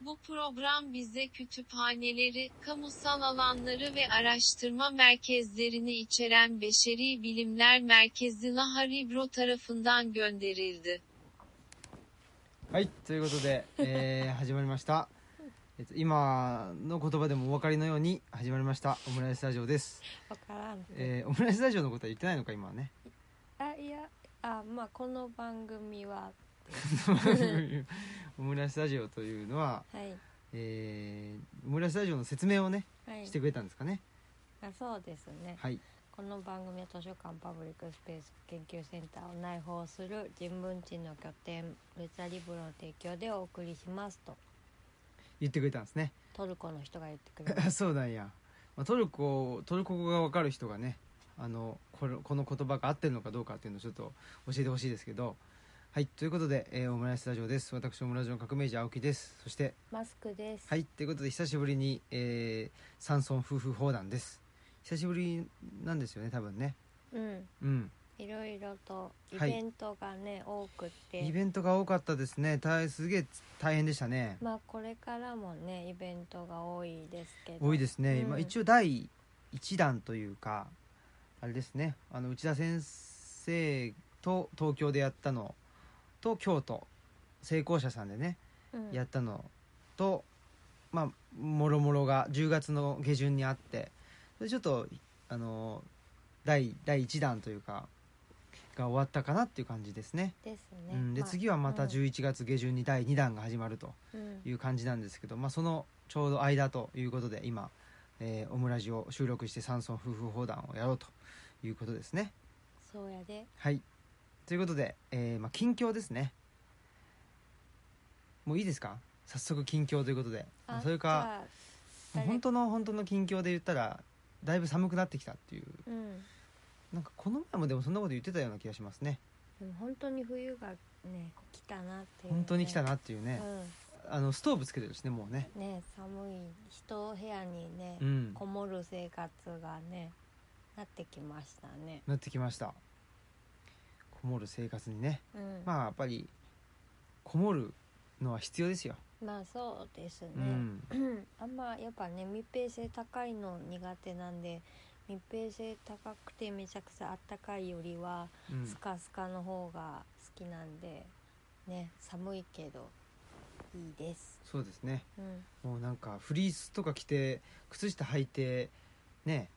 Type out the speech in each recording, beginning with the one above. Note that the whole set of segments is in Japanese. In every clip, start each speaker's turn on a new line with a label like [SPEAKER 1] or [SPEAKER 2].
[SPEAKER 1] Bu program bize kütüphaneleri, kamusal alanları ve araştırma merkezlerini içeren Beşeri Bilimler Merkezi Naharibro tarafından gönderildi.
[SPEAKER 2] はい、ということで、えー始まりました。えっと、今の言葉でもお分かりのように始まりました。オムライスラジオです。
[SPEAKER 3] わからん、
[SPEAKER 2] えーオムライスラジオのことは言ってないのか、今はね。
[SPEAKER 3] あいやあまあこの番組は
[SPEAKER 2] オムライスラジオというのは、
[SPEAKER 3] はい
[SPEAKER 2] えーオムライスラジオの説明をね、
[SPEAKER 3] はい
[SPEAKER 2] してくれたんですかね。
[SPEAKER 3] あそうですね
[SPEAKER 2] はい。
[SPEAKER 3] この番組は図書館パブリックスペース研究センターを内包する人文地の拠点ルツァリブロの提供でお送りしますと
[SPEAKER 2] 言ってくれたんですね。
[SPEAKER 3] トルコの人が言ってくれます
[SPEAKER 2] そうなんや。まあ、トルコ、トルコ語が分かる人がね、あの、このこの言葉が合ってるのかどうかっていうのをちょっと教えてほしいですけど、はい、ということで、えーオムライスラジオです。私、オムラジオの革命児、青木です。そして、
[SPEAKER 3] マスクです、
[SPEAKER 2] はい、ということで久しぶりに、えー、山村夫婦砲弾です。久しぶりなんですよね、多分ね。
[SPEAKER 3] うん
[SPEAKER 2] うん。
[SPEAKER 3] いろいろとイ
[SPEAKER 2] はい
[SPEAKER 3] ベントがね、多くって
[SPEAKER 2] イベントが多かったですね。大すげえ大変でしたね。
[SPEAKER 3] まあこれからもねイベントが多いですけど
[SPEAKER 2] 多いですね。
[SPEAKER 3] うん
[SPEAKER 2] まあ一応第一弾というか、あれですね。あの内田先生と東京でやったのと京都成功者さんでね、
[SPEAKER 3] うん
[SPEAKER 2] やったのと、まあ、もろもろが10月の下旬にあってそれちょっとあの第第1弾というかが終わったかなっていう感じですね。
[SPEAKER 3] ですね、
[SPEAKER 2] うん、で
[SPEAKER 3] まあ
[SPEAKER 2] 次はまた
[SPEAKER 3] うん
[SPEAKER 2] 11月下旬に第2弾が始まると
[SPEAKER 3] うん
[SPEAKER 2] いう感じなんですけど、まあ、そのちょうど間ということで今、えーオムラジを収録して山村夫婦砲弾をやろうということですね。
[SPEAKER 3] そうやで
[SPEAKER 2] はいということで、えーまあ、近況ですねもういいですか早速近況ということでまあそれか
[SPEAKER 3] じゃ
[SPEAKER 2] も
[SPEAKER 3] あ
[SPEAKER 2] う本当の本当の近況で言ったらだいぶ寒くなってきたっていう
[SPEAKER 3] 誰うん
[SPEAKER 2] なんかこの前もでもそんなこと言ってたような気がしますね
[SPEAKER 3] でも本当に冬がね来たなっていう、
[SPEAKER 2] 本当に来たなっていうね、
[SPEAKER 3] う
[SPEAKER 2] あのストーブつけてるしねもうね
[SPEAKER 3] んね寒い一部屋にね、
[SPEAKER 2] うん
[SPEAKER 3] こもる生活がねなってきましたね
[SPEAKER 2] なってきましたこもる生活にね
[SPEAKER 3] うんまあ、
[SPEAKER 2] まあやっぱりこもるのは必要ですよ、
[SPEAKER 3] そうですね、
[SPEAKER 2] うん
[SPEAKER 3] あんまやっぱね密閉性高いの苦手なんで密閉性高くてめちゃくちゃあったかいよりは、
[SPEAKER 2] うん
[SPEAKER 3] スカスカの方が好きなんでね寒いけどいいです
[SPEAKER 2] そうですね
[SPEAKER 3] うん
[SPEAKER 2] もうなんかフリースとか着て靴下履いてね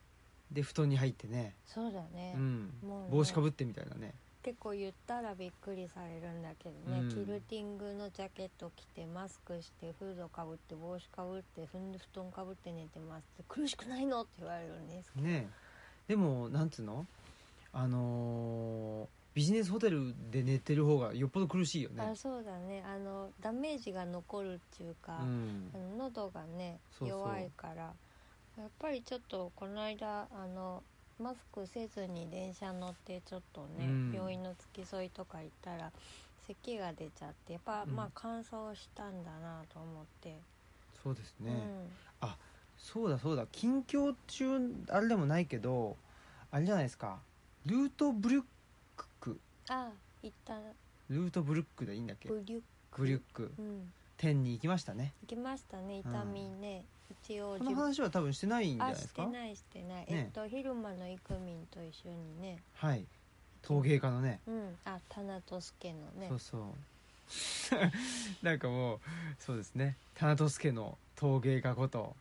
[SPEAKER 2] で布団に入ってね、
[SPEAKER 3] そうだね、
[SPEAKER 2] うん
[SPEAKER 3] もうね
[SPEAKER 2] 帽子かぶってみたいなね
[SPEAKER 3] 結構言ったらびっくりされるんだけどね、
[SPEAKER 2] うん
[SPEAKER 3] キルティングのジャケット着てマスクしてフードかぶって帽子かぶってふん布団かぶって寝てますって苦しくないのって言われるんですけど、
[SPEAKER 2] ねでもなんつうのあのービジネスホテルで寝てる方がよっぽど苦しいよね
[SPEAKER 3] あそうだねあのダメージが残るっていうか、
[SPEAKER 2] うん
[SPEAKER 3] あの喉がね
[SPEAKER 2] そうそう
[SPEAKER 3] 弱いからやっぱりちょっとこの間あのマスクせずに電車乗ってちょっと
[SPEAKER 2] う
[SPEAKER 3] ね、
[SPEAKER 2] ん
[SPEAKER 3] 病院の付き添いとか行ったら咳が出ちゃってやっぱ、
[SPEAKER 2] うん
[SPEAKER 3] まあ乾燥したんだなと思って。
[SPEAKER 2] そうですね、
[SPEAKER 3] うん
[SPEAKER 2] そうだそうだ近況中あれでもないけどあれじゃないですかルートブリュック
[SPEAKER 3] あ行った
[SPEAKER 2] ルートブルックでいいんだっけ
[SPEAKER 3] ブリュッ
[SPEAKER 2] ブリュック
[SPEAKER 3] うん
[SPEAKER 2] 天に行きましたね
[SPEAKER 3] 行きましたね痛みね、一応
[SPEAKER 2] この話は多分してないんじゃな
[SPEAKER 3] あ
[SPEAKER 2] いで
[SPEAKER 3] し
[SPEAKER 2] すか
[SPEAKER 3] てないしてない、えっと昼間のイクミンと一緒にね
[SPEAKER 2] はい陶芸家のね
[SPEAKER 3] うんあタナトスケのね
[SPEAKER 2] そう そうなんかもうそうですね田中俊介の陶芸家こと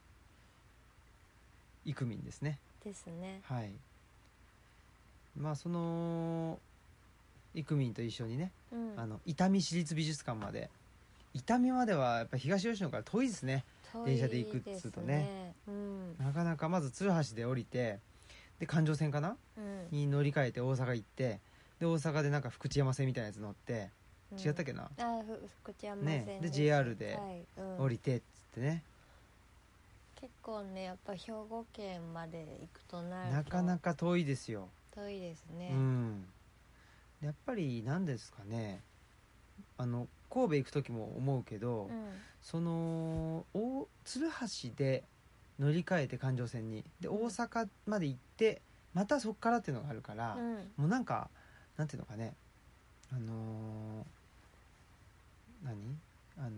[SPEAKER 2] イクミンですね
[SPEAKER 3] ですね
[SPEAKER 2] はいまあそのイクミンと一緒にね、
[SPEAKER 3] うん
[SPEAKER 2] あの伊丹市立美術館まで伊丹まではやっぱ東吉野から遠いですね
[SPEAKER 3] 遠
[SPEAKER 2] 電
[SPEAKER 3] い
[SPEAKER 2] 車で行くっつうとね
[SPEAKER 3] ですねうん
[SPEAKER 2] なかなかまず鶴橋で降りてで環状線かな
[SPEAKER 3] うん
[SPEAKER 2] に乗り換えて大阪行ってで大阪でなんか福知山線みたいなやつ乗って違ったっけな、
[SPEAKER 3] あふ福知山
[SPEAKER 2] ね
[SPEAKER 3] 線
[SPEAKER 2] で JR で
[SPEAKER 3] はいうん
[SPEAKER 2] 降りてっつってね
[SPEAKER 3] 結構ねやっぱ兵庫県まで行くとなると
[SPEAKER 2] なかなか遠いですよ、
[SPEAKER 3] 遠いです
[SPEAKER 2] う
[SPEAKER 3] ね、
[SPEAKER 2] ん、やっぱり何ですかねあの神戸行く時も思うけど、
[SPEAKER 3] うん
[SPEAKER 2] その大鶴橋で乗り換えて環状線にで大阪まで行ってまたそっからっていうのがあるから、
[SPEAKER 3] うん
[SPEAKER 2] もうなんかなんていうのかねあのー何あの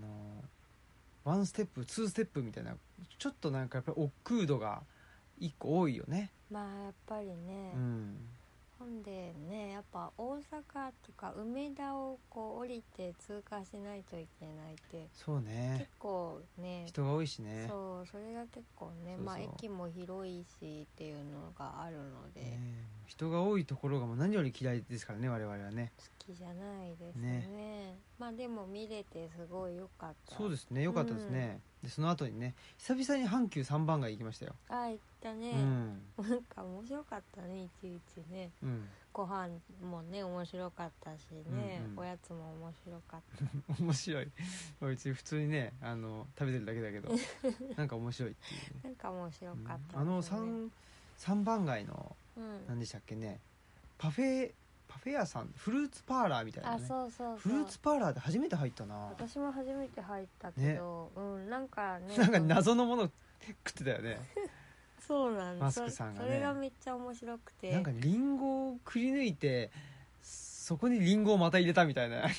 [SPEAKER 2] ーワンステップツーステップみたいなちょっとなんかやっぱり億劫度が一個多いよね。
[SPEAKER 3] まあやっぱりね、
[SPEAKER 2] うん
[SPEAKER 3] ほんでねやっぱ大阪とか梅田をこう降りて通過しないといけないって
[SPEAKER 2] そう
[SPEAKER 3] 結
[SPEAKER 2] ね
[SPEAKER 3] 構ね
[SPEAKER 2] 人が多いしね
[SPEAKER 3] そうそれが結構
[SPEAKER 2] そう
[SPEAKER 3] ね
[SPEAKER 2] そう
[SPEAKER 3] まあ駅も広いしっていうのがあるので、
[SPEAKER 2] ね人が多いところがもう何より嫌いですからね我々はね
[SPEAKER 3] 好きじゃないですねまあでも見れてすごい良かった
[SPEAKER 2] そうですね良かったですね、でその後にね久々に阪急三番街行きましたよ、
[SPEAKER 3] あ行ったね、
[SPEAKER 2] うん、
[SPEAKER 3] なんか面白かったねいちいちね
[SPEAKER 2] うん、
[SPEAKER 3] ご飯もね面白かったしね、
[SPEAKER 2] うんうん
[SPEAKER 3] おやつも面白かっ
[SPEAKER 2] 面白い別に普通にねあの食べてるだけだけ どなんか面白いっていうね
[SPEAKER 3] たなんか面白かったですね、
[SPEAKER 2] あの三三番街の
[SPEAKER 3] うん
[SPEAKER 2] 何でしたっけねパフェパフェ屋さんフルーツパーラーみたいな
[SPEAKER 3] あ
[SPEAKER 2] ね
[SPEAKER 3] そうそうそう
[SPEAKER 2] フルーツパーラーで初めて入ったな、
[SPEAKER 3] 私も初めて入ったけど、うんなんか ね
[SPEAKER 2] なんか謎のもの食ってたよね
[SPEAKER 3] そうなん
[SPEAKER 2] マスクさんがね
[SPEAKER 3] それがめっちゃ面白くて
[SPEAKER 2] なんかリンゴをくり抜いてそこにリンゴをまた入れたみたいなや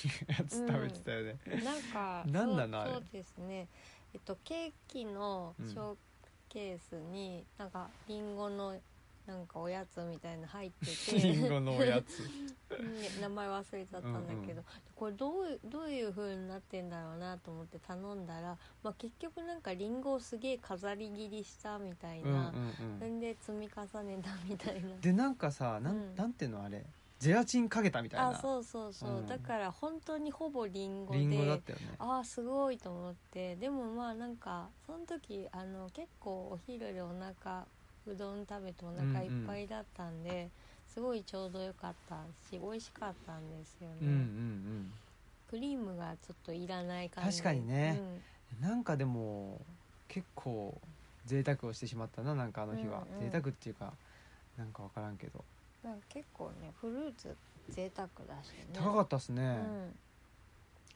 [SPEAKER 2] つ食べてたよね、
[SPEAKER 3] なんか
[SPEAKER 2] なんなんだあ
[SPEAKER 3] そ
[SPEAKER 2] れ
[SPEAKER 3] うそうですねえっとケーキのショーケースに、なんかリンゴのなんかおやつみたいなの入ってて
[SPEAKER 2] リンゴのおや つ
[SPEAKER 3] 名前忘れちゃったんだけど、
[SPEAKER 2] うんうん
[SPEAKER 3] これどういうどういう風になってんだろうなと思って頼んだら、まあ、結局なんかリンゴをすげえ飾り切りしたみたい
[SPEAKER 2] うんうん
[SPEAKER 3] な、
[SPEAKER 2] う
[SPEAKER 3] そ
[SPEAKER 2] ん
[SPEAKER 3] れで積み重ねたみたいな
[SPEAKER 2] でなんかさなん,、
[SPEAKER 3] うん
[SPEAKER 2] なんていうのあれゼラチンかけたみたいな
[SPEAKER 3] あそうそうそう、
[SPEAKER 2] うん
[SPEAKER 3] だから本当にほぼリンゴで
[SPEAKER 2] リンゴだったよね
[SPEAKER 3] ああすごいと思ってでもまあなんかその時あの結構お昼でお腹うどん食べてお腹いっぱいだったんで、すごいちょうどよかったし美味しかったんですよね、
[SPEAKER 2] うんうんうん
[SPEAKER 3] クリームがちょっといらない感
[SPEAKER 2] 確
[SPEAKER 3] じ
[SPEAKER 2] かにね
[SPEAKER 3] うん
[SPEAKER 2] なんかでも結構贅沢をしてしまったななんかあの日は、
[SPEAKER 3] うんうん
[SPEAKER 2] 贅沢っていうかなんか分からんけど
[SPEAKER 3] なんか結構ねフルーツ贅沢だしね
[SPEAKER 2] 高かったっすね、
[SPEAKER 3] うん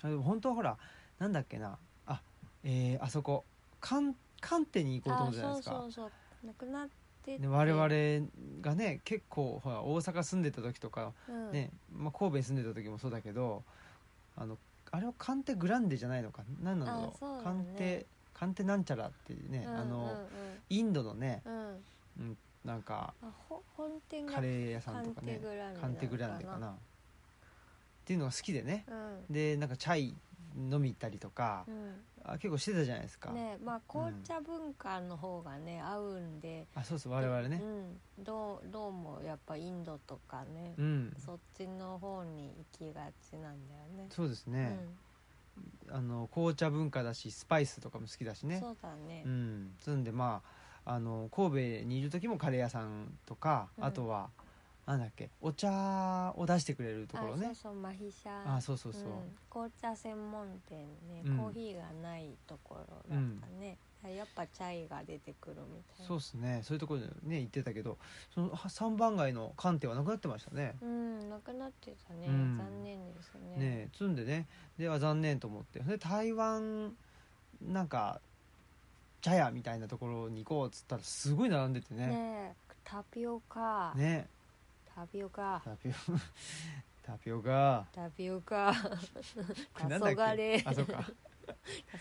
[SPEAKER 2] あでも本当はほらなんだっけなあえー、あそこ鑑鑑定に行こうと
[SPEAKER 3] あ
[SPEAKER 2] 思う
[SPEAKER 3] ー
[SPEAKER 2] じゃない
[SPEAKER 3] そ
[SPEAKER 2] で
[SPEAKER 3] う
[SPEAKER 2] すか
[SPEAKER 3] そうそうなくなって
[SPEAKER 2] で
[SPEAKER 3] て
[SPEAKER 2] 我々がね結構ほら大阪住んでた時とか、
[SPEAKER 3] うん
[SPEAKER 2] ねまあ、神戸に住んでた時もそうだけどあのあれは鑑定グランデじゃないのか何なんだろ
[SPEAKER 3] あ
[SPEAKER 2] う
[SPEAKER 3] そうだね
[SPEAKER 2] 鑑定鑑定なんちゃらってね、
[SPEAKER 3] うん
[SPEAKER 2] あの
[SPEAKER 3] う
[SPEAKER 2] インドのね
[SPEAKER 3] んうんうん
[SPEAKER 2] なんか
[SPEAKER 3] あほ本店が
[SPEAKER 2] カレー屋さんとかねカン
[SPEAKER 3] ン
[SPEAKER 2] テ
[SPEAKER 3] テ
[SPEAKER 2] グ
[SPEAKER 3] グ
[SPEAKER 2] ラ
[SPEAKER 3] ラ
[SPEAKER 2] ン
[SPEAKER 3] ン
[SPEAKER 2] デ
[SPEAKER 3] デ
[SPEAKER 2] か
[SPEAKER 3] か
[SPEAKER 2] な
[SPEAKER 3] な
[SPEAKER 2] っていうのが好きでね
[SPEAKER 3] うん
[SPEAKER 2] でなんかチャイ飲み行ったりとか、
[SPEAKER 3] う
[SPEAKER 2] あ結構してたじゃないですか、
[SPEAKER 3] ん、ねまあ紅茶文化の方がね、合うんで
[SPEAKER 2] あそうそう我々ね、
[SPEAKER 3] うん、どうどうもやっぱインドとかね、
[SPEAKER 2] うん
[SPEAKER 3] そっちの方に行きがちなんだよね
[SPEAKER 2] そうですね、あの紅茶文化だしスパイスとかも好きだし
[SPEAKER 3] うん、
[SPEAKER 2] ね
[SPEAKER 3] そうだね、
[SPEAKER 2] うん、そうんでまああの神戸にいる時もカレー屋さんとか、
[SPEAKER 3] うん
[SPEAKER 2] あとはなんだっけお茶を出してくれるところね
[SPEAKER 3] あそうそうマヒシャ
[SPEAKER 2] あそうそうそう
[SPEAKER 3] うん、紅茶専門店ね、
[SPEAKER 2] うん
[SPEAKER 3] コーヒーがないところだったね、やっぱチャイが出てくるみたいな
[SPEAKER 2] そうですねそういうところでね行ってたけどそのは三番街の観点はなくなってましたね。
[SPEAKER 3] うんなくなってたね、
[SPEAKER 2] うん
[SPEAKER 3] 残念です
[SPEAKER 2] ね
[SPEAKER 3] ね
[SPEAKER 2] え積んでねでは残念と思ってで台湾なんか茶屋みたいなところに行こうっつったらすごい並んでてね
[SPEAKER 3] ねえタピオカ、
[SPEAKER 2] ね
[SPEAKER 3] タピオカ
[SPEAKER 2] タピオ タピオカ
[SPEAKER 3] タピオカ 黄
[SPEAKER 2] なんだっけ
[SPEAKER 3] 昏
[SPEAKER 2] あそう か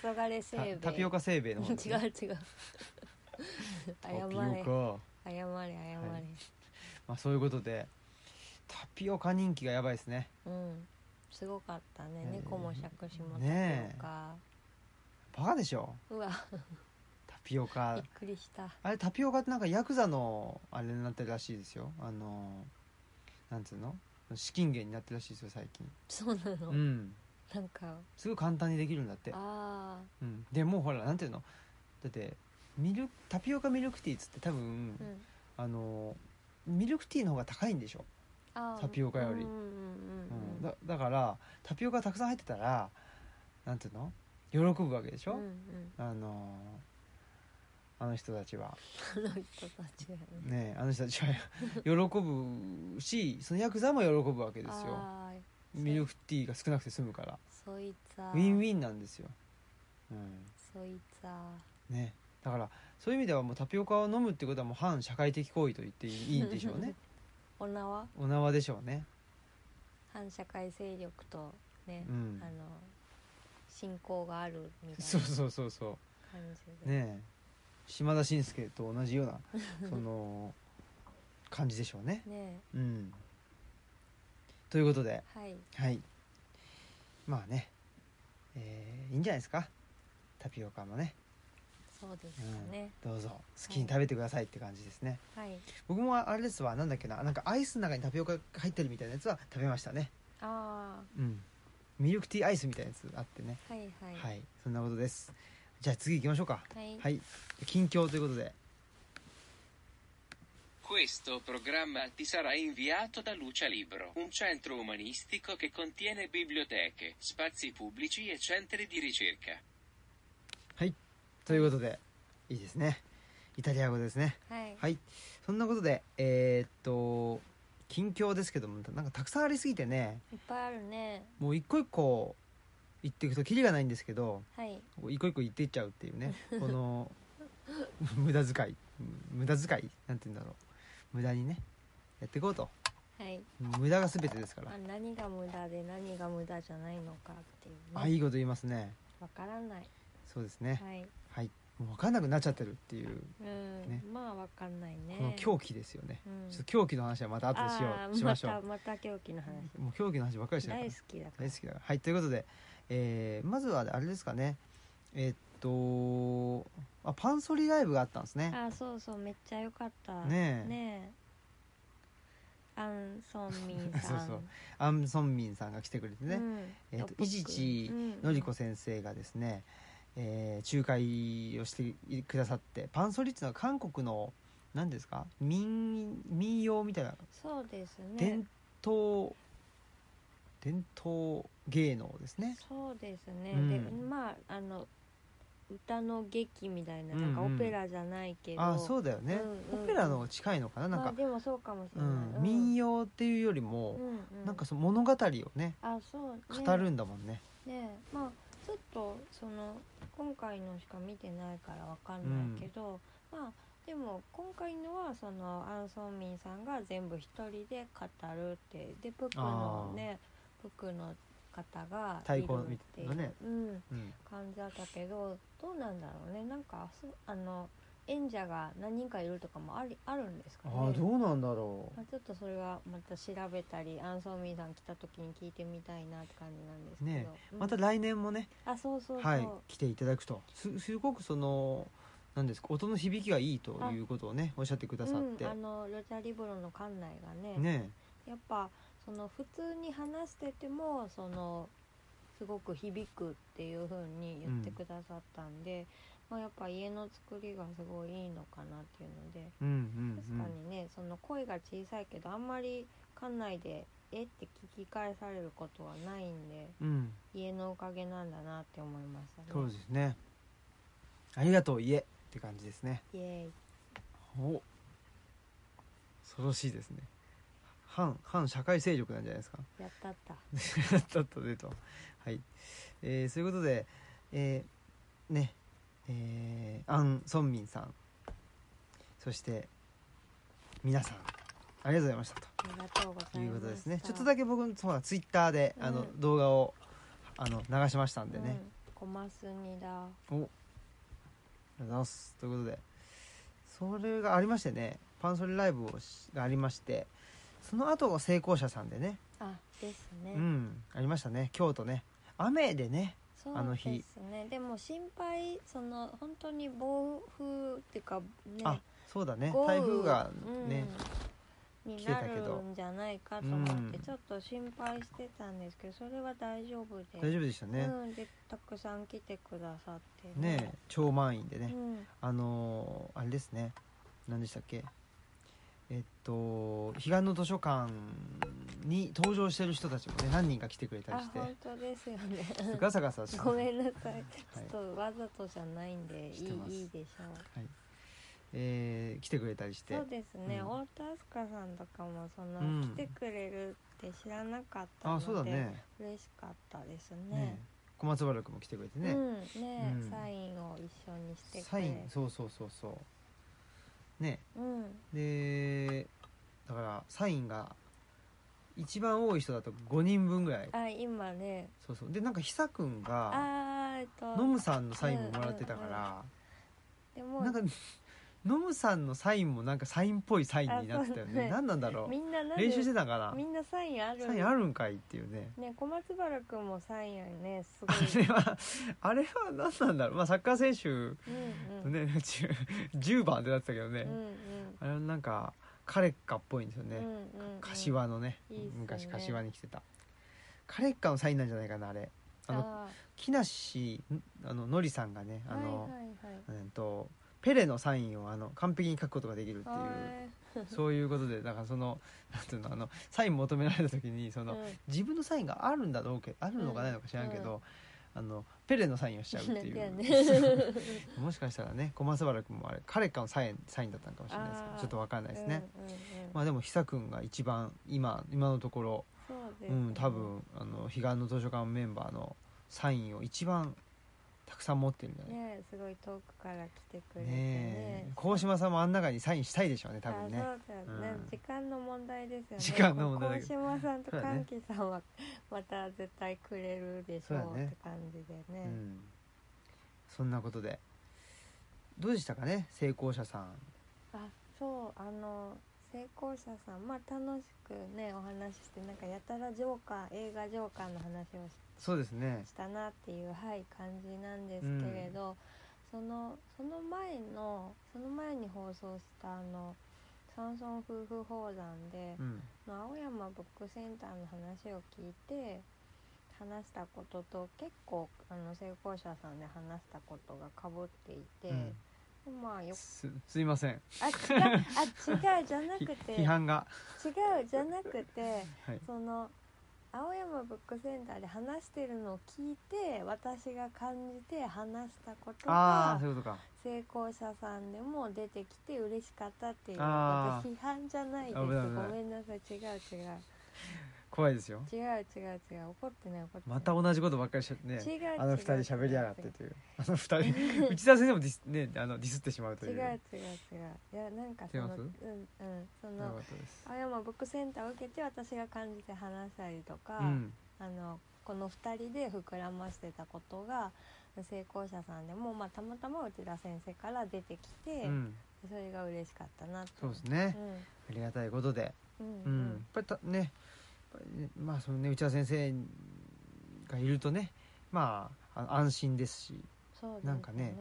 [SPEAKER 3] 黄昏せいべい
[SPEAKER 2] タタピオカせいべい
[SPEAKER 3] 違う
[SPEAKER 2] の
[SPEAKER 3] 違
[SPEAKER 2] 方
[SPEAKER 3] う謝
[SPEAKER 2] タ
[SPEAKER 3] れ謝
[SPEAKER 2] ピオカ、
[SPEAKER 3] れ謝れ謝れ、
[SPEAKER 2] いまあ、そういうことでタピオカ人気がやばいですね
[SPEAKER 3] うんすごかったね、
[SPEAKER 2] ねえ
[SPEAKER 3] 猫も尺子もタピ
[SPEAKER 2] ねえ
[SPEAKER 3] オカ、
[SPEAKER 2] バカでしょ
[SPEAKER 3] うわ
[SPEAKER 2] タピオ
[SPEAKER 3] び
[SPEAKER 2] カ
[SPEAKER 3] っくりした
[SPEAKER 2] あれタピオカってなんかヤクザのあれになってるらしいですよあのなんつうの資金源になってるらしいですよ最近
[SPEAKER 3] そうなの、
[SPEAKER 2] うん
[SPEAKER 3] なんか
[SPEAKER 2] すごい簡単にできるんだって
[SPEAKER 3] あ
[SPEAKER 2] うん、でもうほらなんていうのだってミルクタピオカミルクティーっつって多分、
[SPEAKER 3] ー、うん、
[SPEAKER 2] あのミルクティーの方が高いんでしょ、
[SPEAKER 3] あー
[SPEAKER 2] タピオカより
[SPEAKER 3] うんうん
[SPEAKER 2] う
[SPEAKER 3] うんんうん
[SPEAKER 2] だだからタピオカたくさん入ってたらなんていうの喜ぶわけでしょ、
[SPEAKER 3] うんうん
[SPEAKER 2] あのあの人たちは
[SPEAKER 3] あの人たちがね
[SPEAKER 2] ねえあの人たちは 喜ぶしそのヤクザも喜ぶわけですよ
[SPEAKER 3] あー
[SPEAKER 2] ミルクティーが少なくて済むから
[SPEAKER 3] そいつぁ
[SPEAKER 2] ウィンウィンなんですよ、うん
[SPEAKER 3] そいつぁ
[SPEAKER 2] ね、だからそういう意味ではもうタピオカを飲むってことはもう反社会的行為と言っていいんでしょう ね
[SPEAKER 3] お名は
[SPEAKER 2] お縄でしょうね、
[SPEAKER 3] 反社会勢力とね、
[SPEAKER 2] うん
[SPEAKER 3] あの信仰があるみたい
[SPEAKER 2] そう
[SPEAKER 3] な
[SPEAKER 2] そうそうそ
[SPEAKER 3] 感じ
[SPEAKER 2] う
[SPEAKER 3] で、
[SPEAKER 2] ねえ島田紳介と同じ ようなその感じでしょうね
[SPEAKER 3] ね
[SPEAKER 2] うんということで
[SPEAKER 3] えはい
[SPEAKER 2] はいまあねえーいいんじゃないですかタピオカもね
[SPEAKER 3] そうですかね、
[SPEAKER 2] どうぞ好きに食べてくださいって感じですね、
[SPEAKER 3] はい
[SPEAKER 2] 僕もあれですわなんだっけななんかアイスの中にタピオカ入ってるみたいなやつは食べましたね
[SPEAKER 3] あ
[SPEAKER 2] うんミルクティーアイスみたいなやつあってね
[SPEAKER 3] あはいはい
[SPEAKER 2] はい、そんなことですじゃあ次行きましょうか
[SPEAKER 3] はい
[SPEAKER 2] はい近況ということで
[SPEAKER 4] Questo programma ti sarà inviato da Lucia Libro, un centro umanistico che contiene biblioteche, spazi pubblici e centri di ricerca.
[SPEAKER 2] ということでいいですねイタリア語ですね
[SPEAKER 3] はい
[SPEAKER 2] はいそんなことでえーっと近況ですけどもなんかたくさんありすぎてね
[SPEAKER 3] いっぱいあるね
[SPEAKER 2] もう一個一個言っていくとキリがないんですけど
[SPEAKER 3] はい
[SPEAKER 2] 一個一個言っていっちゃうっていうねこの 無駄遣い無駄遣いなんて言うんだろう無駄にねやっていこうと
[SPEAKER 3] はい
[SPEAKER 2] 無駄が全てですから
[SPEAKER 3] あ何が無駄で何が無駄じゃないのかっていう
[SPEAKER 2] あ
[SPEAKER 3] ね
[SPEAKER 2] いいこと言いますね
[SPEAKER 3] わからない
[SPEAKER 2] そうですね
[SPEAKER 3] はい
[SPEAKER 2] はいもう分かんなくなっちゃってるっていう
[SPEAKER 3] うん、
[SPEAKER 2] ね
[SPEAKER 3] まあわかんないね
[SPEAKER 2] この狂気ですよね
[SPEAKER 3] うん
[SPEAKER 2] ちょっと狂気の話はまた後でしよ
[SPEAKER 3] あ
[SPEAKER 2] う
[SPEAKER 3] ー
[SPEAKER 2] しましょ
[SPEAKER 3] ま
[SPEAKER 2] う
[SPEAKER 3] たまた狂気の話
[SPEAKER 2] もう狂気の話ばっかりしてるから
[SPEAKER 3] 大好きだから
[SPEAKER 2] 大好きだからはいということで、えーまずはあれですかねえーっとあパンソリライブがあったんですね
[SPEAKER 3] あそうそうめっちゃ良かった
[SPEAKER 2] ねえ
[SPEAKER 3] えアンソンミンさ ん
[SPEAKER 2] そうアン・ソンミンさんが来てくれてね、
[SPEAKER 3] うん
[SPEAKER 2] えーと
[SPEAKER 3] トップ
[SPEAKER 2] いちちのりこ先生がですね、えー仲介をしてくださってパンソリっていうのは韓国の何ですか民民謡みたいな、
[SPEAKER 3] うんそうですね
[SPEAKER 2] 伝統伝統芸能ですね
[SPEAKER 3] そうですね、
[SPEAKER 2] うん
[SPEAKER 3] でまああの歌の劇みたいな
[SPEAKER 2] うんう
[SPEAKER 3] なんんかオペラじゃないけど、
[SPEAKER 2] あそうだよね、
[SPEAKER 3] うんうん
[SPEAKER 2] オペラの方が近いのかななん
[SPEAKER 3] まあ
[SPEAKER 2] か、
[SPEAKER 3] でもそうかもしれ
[SPEAKER 2] う
[SPEAKER 3] ない、
[SPEAKER 2] ん
[SPEAKER 3] うん
[SPEAKER 2] 民謡っていうよりも、
[SPEAKER 3] うんうん
[SPEAKER 2] なんかその物語をね
[SPEAKER 3] あそうね
[SPEAKER 2] 語るんだもんね
[SPEAKER 3] ねまあちょっとその今回のしか見てないからわかんないけど、まあでも今回のはそのアン・ソンミンさんが全部一人で語るってでプクのねプクの方が
[SPEAKER 2] 太鼓
[SPEAKER 3] いるっていう
[SPEAKER 2] みたいなね
[SPEAKER 3] うん、
[SPEAKER 2] うん
[SPEAKER 3] 感じだったけどどうなんだろうねなんかそあの演者が何人かいるとかもありあるんですかね
[SPEAKER 2] ああどうなんだろ
[SPEAKER 3] まあ、ちょっとそれはまた調べたりアン・ソンミンさん来た時に聞いてみたいなって感じなんですけど、
[SPEAKER 2] ね
[SPEAKER 3] う
[SPEAKER 2] うんまた来年もね
[SPEAKER 3] あそうそうそう、
[SPEAKER 2] はい、来ていただくとすすごくそのなんですか音の響きがいいということをねおっしゃってくださって
[SPEAKER 3] うん、あ、のルチャリブロの館内がね
[SPEAKER 2] ね
[SPEAKER 3] やっぱその普通に話しててもそのすごく響くっていう風に言ってくださったんで、まあ、やっぱ家の作りがすごいいいのかなっていうので
[SPEAKER 2] うん
[SPEAKER 3] 確かにね、その声が小さいけどあんまり館内で「えっ?」て聞き返されることはないんで
[SPEAKER 2] うんうんうん
[SPEAKER 3] 家のおかげなんだなって思いましたね。
[SPEAKER 2] そうですねありがとう家って感じですね
[SPEAKER 3] イエーイ
[SPEAKER 2] お恐ろしいですね反反社会勢力なんじゃないですか
[SPEAKER 3] やったった。
[SPEAKER 2] だったでと。はい。えー、そういうことで、えー、ね、えー、アン・ソンミンさん、そして、皆さん、ありがとうございました
[SPEAKER 3] ありがとうございます。
[SPEAKER 2] ということですね。ちょっとだけ僕の、そうだ、ツイッターで、あの
[SPEAKER 3] う、ん
[SPEAKER 2] 動画を、あの、流しましたんでね。
[SPEAKER 3] うん、コマスミだ。
[SPEAKER 2] おありがとうございます。ということで、それがありましてね、パンソリライブをしがありまして、その後、成功者さんでね、
[SPEAKER 3] あですね、
[SPEAKER 2] うん、ありましたね。京都ね。雨でね、
[SPEAKER 3] そう
[SPEAKER 2] あの
[SPEAKER 3] で
[SPEAKER 2] 日
[SPEAKER 3] すねでも心配その本当に暴風っていうかね
[SPEAKER 2] あそうだね
[SPEAKER 3] 豪雨
[SPEAKER 2] 台風がね、、
[SPEAKER 3] う
[SPEAKER 2] 来
[SPEAKER 3] んに
[SPEAKER 2] て
[SPEAKER 3] な
[SPEAKER 2] たけど
[SPEAKER 3] るんじゃないかと思って
[SPEAKER 2] うん
[SPEAKER 3] ちょっと心配してたんですけどそれは大丈夫で
[SPEAKER 2] 大丈夫でしたね、
[SPEAKER 3] うん、でたくさん来てくださって
[SPEAKER 2] ねえ超満員でね、
[SPEAKER 3] うん、
[SPEAKER 2] あのーあれですね何でしたっけえっと彼岸の図書館に登場してる人たちもね何人か来てくれた
[SPEAKER 3] あ
[SPEAKER 2] りして
[SPEAKER 3] 本当ですよね
[SPEAKER 2] ガサガサして
[SPEAKER 3] ごめんなさいち
[SPEAKER 2] はい
[SPEAKER 3] ょっとわざとじゃないんでい
[SPEAKER 2] してます
[SPEAKER 3] いいいでしょう
[SPEAKER 2] えー来てくれたりして
[SPEAKER 3] そうですね、
[SPEAKER 2] うん
[SPEAKER 3] 太田明日香さんとかもその、
[SPEAKER 2] うん
[SPEAKER 3] 来てくれるって知らなかったの
[SPEAKER 2] あ
[SPEAKER 3] で
[SPEAKER 2] そうだね
[SPEAKER 3] 嬉しかったです
[SPEAKER 2] ね
[SPEAKER 3] ね。
[SPEAKER 2] 小松原君も来てくれて
[SPEAKER 3] うん
[SPEAKER 2] ね、
[SPEAKER 3] ね、
[SPEAKER 2] うん
[SPEAKER 3] サインを一緒にしてくれ
[SPEAKER 2] サインそうそうそうそうね
[SPEAKER 3] うん、
[SPEAKER 2] でだからサインが一番多い人だと5人分ぐらい
[SPEAKER 3] あ今ね
[SPEAKER 2] そうそうでなんか久くんが
[SPEAKER 3] あーえっと
[SPEAKER 2] ノムさんのサインももらってたから、
[SPEAKER 3] でも
[SPEAKER 2] なんかノムさんのサインもなんかサインっぽいサインになってたよ
[SPEAKER 3] あそう
[SPEAKER 2] ね
[SPEAKER 3] ね
[SPEAKER 2] 何なんだろ
[SPEAKER 3] みんななん
[SPEAKER 2] う
[SPEAKER 3] で
[SPEAKER 2] 練習してたんかな
[SPEAKER 3] みんなサインある
[SPEAKER 2] サインあるんかいっていうね
[SPEAKER 3] ね小松原くんもサインあるねすご
[SPEAKER 2] あ
[SPEAKER 3] い
[SPEAKER 2] れはあれは何なんだろう、まあ、サッカー選手
[SPEAKER 3] うんう
[SPEAKER 2] の
[SPEAKER 3] ん
[SPEAKER 2] ね、10, 10番ってなってたけどね、
[SPEAKER 3] うん
[SPEAKER 2] あれはなんか彼かっぽいんですよ
[SPEAKER 3] うんう
[SPEAKER 2] ね、
[SPEAKER 3] んうんうん
[SPEAKER 2] 柏のね
[SPEAKER 3] いいっすね
[SPEAKER 2] 昔柏に来てた彼かのサインなんじゃないかなあれあの
[SPEAKER 3] あ
[SPEAKER 2] 木梨んあののりさんがね
[SPEAKER 3] ー
[SPEAKER 2] あの、
[SPEAKER 3] はいはいはい
[SPEAKER 2] えっとペレのサインをあの完璧に書くことができるってい
[SPEAKER 3] は
[SPEAKER 2] うそういうことでだからそのなんていうのあのサイン求められた時にそ
[SPEAKER 3] ーい
[SPEAKER 2] の、
[SPEAKER 3] うん
[SPEAKER 2] 自分のサインがあるんだろうけあるのかないのか知らんけど、あのペレのサインをしちゃうってい
[SPEAKER 3] なん
[SPEAKER 2] う、
[SPEAKER 3] かね
[SPEAKER 2] もしかしたらね小松原君もあれ彼かのサインサインだったのかもしれないですけ
[SPEAKER 3] あ
[SPEAKER 2] ど
[SPEAKER 3] ー
[SPEAKER 2] ちょっとわかんないですね、
[SPEAKER 3] うんうんうん
[SPEAKER 2] まあでも久くんが一番今今のところ、
[SPEAKER 3] そうです
[SPEAKER 2] う
[SPEAKER 3] ね
[SPEAKER 2] ん、多分あの彼岸の図書館メンバーのサインを一番たくさん持ってるんじゃない
[SPEAKER 3] ねすごい遠くから来てくれて
[SPEAKER 2] ねえ
[SPEAKER 3] ね
[SPEAKER 2] 鴻島さんもあん中にサインしたいでしょうね多分
[SPEAKER 3] あ
[SPEAKER 2] ね
[SPEAKER 3] そうだよね、
[SPEAKER 2] うん
[SPEAKER 3] 時間の問題ですよね
[SPEAKER 2] 時間の問題だけ
[SPEAKER 3] 大島さんと
[SPEAKER 2] そうだね
[SPEAKER 3] 歓喜さんはまた絶対くれるでしょう
[SPEAKER 2] そうだね
[SPEAKER 3] って感じで
[SPEAKER 2] う
[SPEAKER 3] ね
[SPEAKER 2] んそんなことでどうでしたかね成功者さん
[SPEAKER 3] あそうあの成功者さんまあ楽しくねお話ししてなんかやたらジョーカー映画ジョーカーの話をし
[SPEAKER 2] そうですね
[SPEAKER 3] したなっていうはい感じなんですけれど、そのその前のその前に放送したあの山村夫婦宝山で、
[SPEAKER 2] うん
[SPEAKER 3] まあ青山ブックセンターの話を聞いて話したことと結構あの成功者さんで話したことがかぶっていて、
[SPEAKER 2] うん
[SPEAKER 3] でまあよ
[SPEAKER 2] すすいません
[SPEAKER 3] あ違うあ違うじゃ な
[SPEAKER 2] ひ
[SPEAKER 3] くて
[SPEAKER 2] 批
[SPEAKER 3] 違
[SPEAKER 2] 判が
[SPEAKER 3] うじゃなくて
[SPEAKER 2] はい
[SPEAKER 3] その青山ブックセンターで話してるのを聞いて私が感じて話したこと
[SPEAKER 2] ああ
[SPEAKER 3] が
[SPEAKER 2] そういうことか
[SPEAKER 3] 成功者さんでも出てきて嬉しかったっていうこと
[SPEAKER 2] あー
[SPEAKER 3] 批判じゃないです
[SPEAKER 2] 危
[SPEAKER 3] ご
[SPEAKER 2] ない危ない
[SPEAKER 3] めんなさい違う違う。
[SPEAKER 2] 怖いですよ
[SPEAKER 3] 違う違う違う怒ってない怒ってない
[SPEAKER 2] また同じことばっかりしちゃってね
[SPEAKER 3] 違う違う
[SPEAKER 2] あの二人喋りやがってというあの二 人内田先生もディス,、ね、あのディスってしまうとい
[SPEAKER 3] 違
[SPEAKER 2] うう
[SPEAKER 3] 違う違ういやなんかその
[SPEAKER 2] 違います
[SPEAKER 3] うんうんそ
[SPEAKER 2] なか
[SPEAKER 3] の
[SPEAKER 2] ったです
[SPEAKER 3] 青山ブックセンターを受けて私が感じて話したりとか、
[SPEAKER 2] うん
[SPEAKER 3] あのこの2人で膨らましてたことが成功者さんでも、まあ、たまたま内田先生から出てきて、
[SPEAKER 2] うん
[SPEAKER 3] それが嬉しかったなって
[SPEAKER 2] そうですね
[SPEAKER 3] う
[SPEAKER 2] ありがたいことで
[SPEAKER 3] んうん
[SPEAKER 2] う
[SPEAKER 3] うん
[SPEAKER 2] やっ
[SPEAKER 3] ん
[SPEAKER 2] ぱりたねやっぱりねまあそのね内田先生がいるとねまああ安心ですし、
[SPEAKER 3] そうです
[SPEAKER 2] なんかね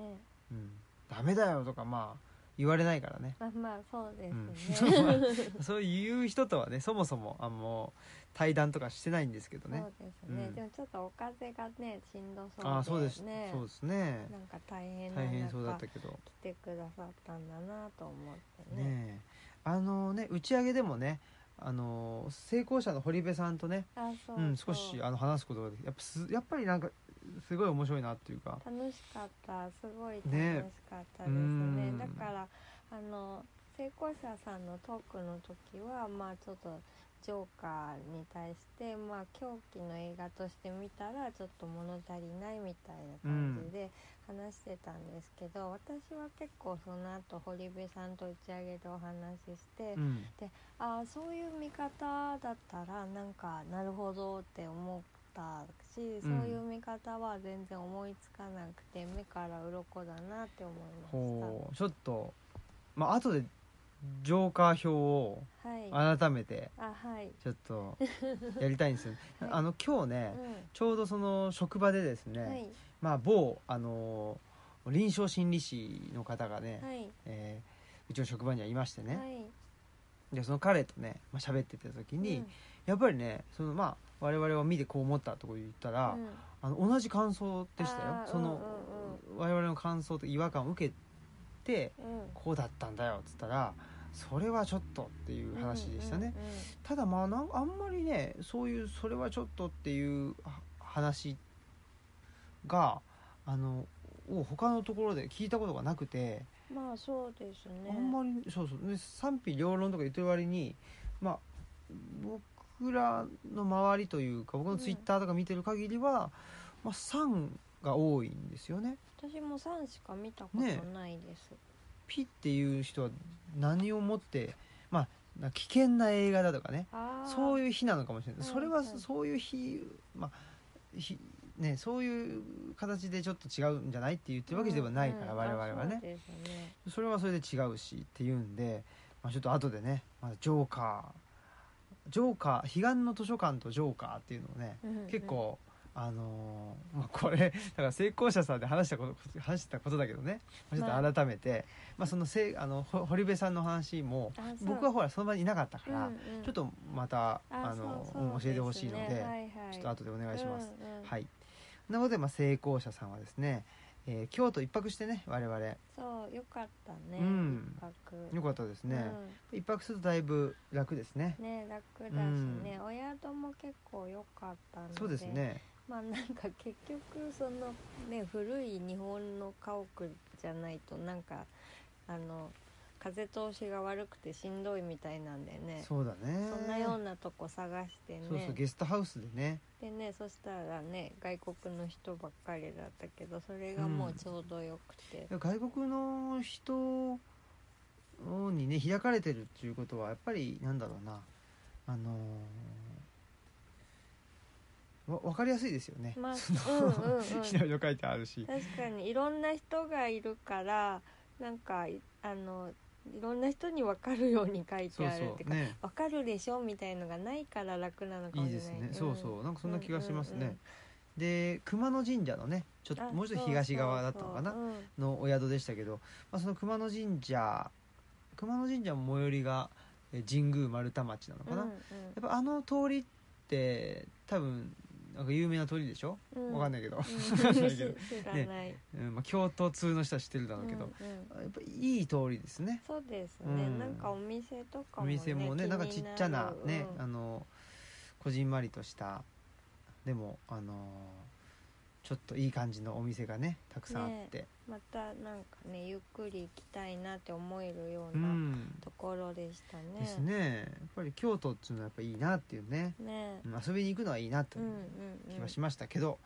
[SPEAKER 2] うん、ダメだよとかまあ言われないからね
[SPEAKER 3] まあまあそうで
[SPEAKER 2] うん
[SPEAKER 3] すね、そうです
[SPEAKER 2] そういう人とはねそもそもあもう対談とかしてないんですけどね
[SPEAKER 3] ね、
[SPEAKER 2] うん
[SPEAKER 3] でもちょっとお風がねしんどそうで
[SPEAKER 2] ああそうです
[SPEAKER 3] ね
[SPEAKER 2] そうですね
[SPEAKER 3] なんか大変な
[SPEAKER 2] 大変そうだっ
[SPEAKER 3] 中
[SPEAKER 2] たけど
[SPEAKER 3] 来てくださったんだなと思ってね
[SPEAKER 2] ねえあのね打ち上げでもねあの成功者の堀部さんとね
[SPEAKER 3] あそう
[SPEAKER 2] う
[SPEAKER 3] そう、
[SPEAKER 2] ん、少しあの話すことができやっぱすやっぱりなんかすごい面白いなっていうか
[SPEAKER 3] 楽しかったすごい楽
[SPEAKER 2] ね
[SPEAKER 3] しかったです
[SPEAKER 2] う
[SPEAKER 3] ね
[SPEAKER 2] ん
[SPEAKER 3] だからあの成功者さんのトークの時はまあちょっとジョーカーに対してまあ狂気の映画として見たらちょっと物足りないみたいな感じで話してたんですけど、私は結構その後堀部さんと打ち上げでお話しして、
[SPEAKER 2] うん
[SPEAKER 3] あーそういう見方だったらなんかなるほどって思ったし、
[SPEAKER 2] うん
[SPEAKER 3] そういう見方は全然思いつかなくて目から鱗だなって思いまし
[SPEAKER 2] こうちょっとまあ後でジョーカー表を
[SPEAKER 3] たはいあ
[SPEAKER 2] 改めて
[SPEAKER 3] はい
[SPEAKER 2] ちょっ とやりたいんですよ、
[SPEAKER 3] はい
[SPEAKER 2] あの今日ね、
[SPEAKER 3] う
[SPEAKER 2] ちょうどその職場でですね、
[SPEAKER 3] んはい
[SPEAKER 2] まあ某あの臨床心理士の方がね、
[SPEAKER 3] はい
[SPEAKER 2] えーうちの職場にはいましてね、
[SPEAKER 3] はい
[SPEAKER 2] でその彼とね、まあ喋ってた時に、
[SPEAKER 3] うん
[SPEAKER 2] やっぱりねそのまあ我々を見てこう思ったとこ言ったら、
[SPEAKER 3] うん
[SPEAKER 2] あの同じ感想でしたよ
[SPEAKER 3] あー
[SPEAKER 2] その、我々の感想と違和感を受けて
[SPEAKER 3] うんうんうん
[SPEAKER 2] こうだったんだよっつったらそれはちょっとっていう話でしたね、
[SPEAKER 3] うんうんうん
[SPEAKER 2] ただまあなんあんまりねそういうそれはちょっとっていうは話があのを他のところで聞いたことがなくて、
[SPEAKER 3] まあそうですね
[SPEAKER 2] あんまりそうそうで賛否両論とか言ってる割にまあ僕らの周りというか僕のツイッターとか見てる限りは、まあ賛が多いんですよね。
[SPEAKER 3] 私も3しか見たことないです、
[SPEAKER 2] ピっていう人は何をもってまあなんか危険な映画だとかね
[SPEAKER 3] あ
[SPEAKER 2] そう
[SPEAKER 3] う
[SPEAKER 2] いう日なのかもしれない
[SPEAKER 3] うん
[SPEAKER 2] それは
[SPEAKER 3] うん
[SPEAKER 2] そういう日まあ日ねそういう形でちょっと違うんじゃないって言ってるわけではないから我々はねそれはそれで違うしっていうんで、まあ、ちょっと後でね、まあ、ジョーカージョーカー彼岸の図書館とジョーカーっていうのをね結構あのーまあ、これだから成功者さんで話したこと話したことだけどね、まあちょっと改めて、まあ、そのせいあのほ堀部さんの話も僕はほらその場にいなかったから、ちょっとまたあのうん教えてほしいのでちょっと後でお願いします。はいいなので、まあ、成功者さんはですね、えー京都一泊してね我々よ
[SPEAKER 3] そうよかったね
[SPEAKER 2] うん
[SPEAKER 3] 一泊
[SPEAKER 2] かったですね、一泊するとだいぶ楽ですね
[SPEAKER 3] うんね楽だしねお宿も結構良かったので
[SPEAKER 2] そうですね
[SPEAKER 3] まあなんか結局そのね古い日本の家屋じゃないとなんかあの風通しが悪くてしんどいみたいなんでね
[SPEAKER 2] そうだね
[SPEAKER 3] そんなようなとこ探してね
[SPEAKER 2] そうそうゲストハウスでね
[SPEAKER 3] でねそしたらね外国の人ばっかりだったけどそれがもうちょうどよくて、
[SPEAKER 2] 外国の人にね開かれてるっていうことはやっぱりなんだろうなあのーわ分かりやすいですよね、
[SPEAKER 3] ま あ
[SPEAKER 2] その
[SPEAKER 3] うんうんうん
[SPEAKER 2] ひなりの書いてあるし、
[SPEAKER 3] 確かにいろんな人がいるからなんかいあのいろんな人に分かるように書い
[SPEAKER 2] そ
[SPEAKER 3] て
[SPEAKER 2] う
[SPEAKER 3] あるって
[SPEAKER 2] そう
[SPEAKER 3] いうか
[SPEAKER 2] ね
[SPEAKER 3] 分かるでしょみたいのがないから楽なのか
[SPEAKER 2] い
[SPEAKER 3] も
[SPEAKER 2] い
[SPEAKER 3] しれ
[SPEAKER 2] で
[SPEAKER 3] ない
[SPEAKER 2] すね、そうそうなんかそんな気がしますね、
[SPEAKER 3] うんうんうん
[SPEAKER 2] で熊野神社のねちょっと
[SPEAKER 3] あ
[SPEAKER 2] もうちょっと東側だったのかな
[SPEAKER 3] そうそううん
[SPEAKER 2] のお宿でしたけど、まあ、その熊野神社熊野神社も最寄りがえ神宮丸太町なのかな、
[SPEAKER 3] うん
[SPEAKER 2] やっぱあの通りって多分なんか有名な通りでしょ、
[SPEAKER 3] う
[SPEAKER 2] わかん
[SPEAKER 3] ない
[SPEAKER 2] ないけど、
[SPEAKER 3] 知
[SPEAKER 2] わかんない けど
[SPEAKER 3] らない、
[SPEAKER 2] うんまあ、京都通の人は知ってるだろうけど、
[SPEAKER 3] うんうん
[SPEAKER 2] やっぱいい通りですね
[SPEAKER 3] そうですね、
[SPEAKER 2] うん
[SPEAKER 3] なんかお店と
[SPEAKER 2] お
[SPEAKER 3] かもね
[SPEAKER 2] 店もね
[SPEAKER 3] 気に
[SPEAKER 2] なん
[SPEAKER 3] る
[SPEAKER 2] かちっちゃなね、
[SPEAKER 3] うん
[SPEAKER 2] あのこじんまりとしたでもあのちょっといい感じのお店がねたくさんあって、
[SPEAKER 3] またなんかねゆっくり行きたいなって思えるよ
[SPEAKER 2] う、
[SPEAKER 3] うなんところでしたね、
[SPEAKER 2] ですねやっぱり京都っていうのはやっぱいいなっていうね、
[SPEAKER 3] ね
[SPEAKER 2] うん遊びに行くのはいいなと
[SPEAKER 3] う
[SPEAKER 2] い
[SPEAKER 3] んう
[SPEAKER 2] うん
[SPEAKER 3] うん
[SPEAKER 2] 気がしましたけど、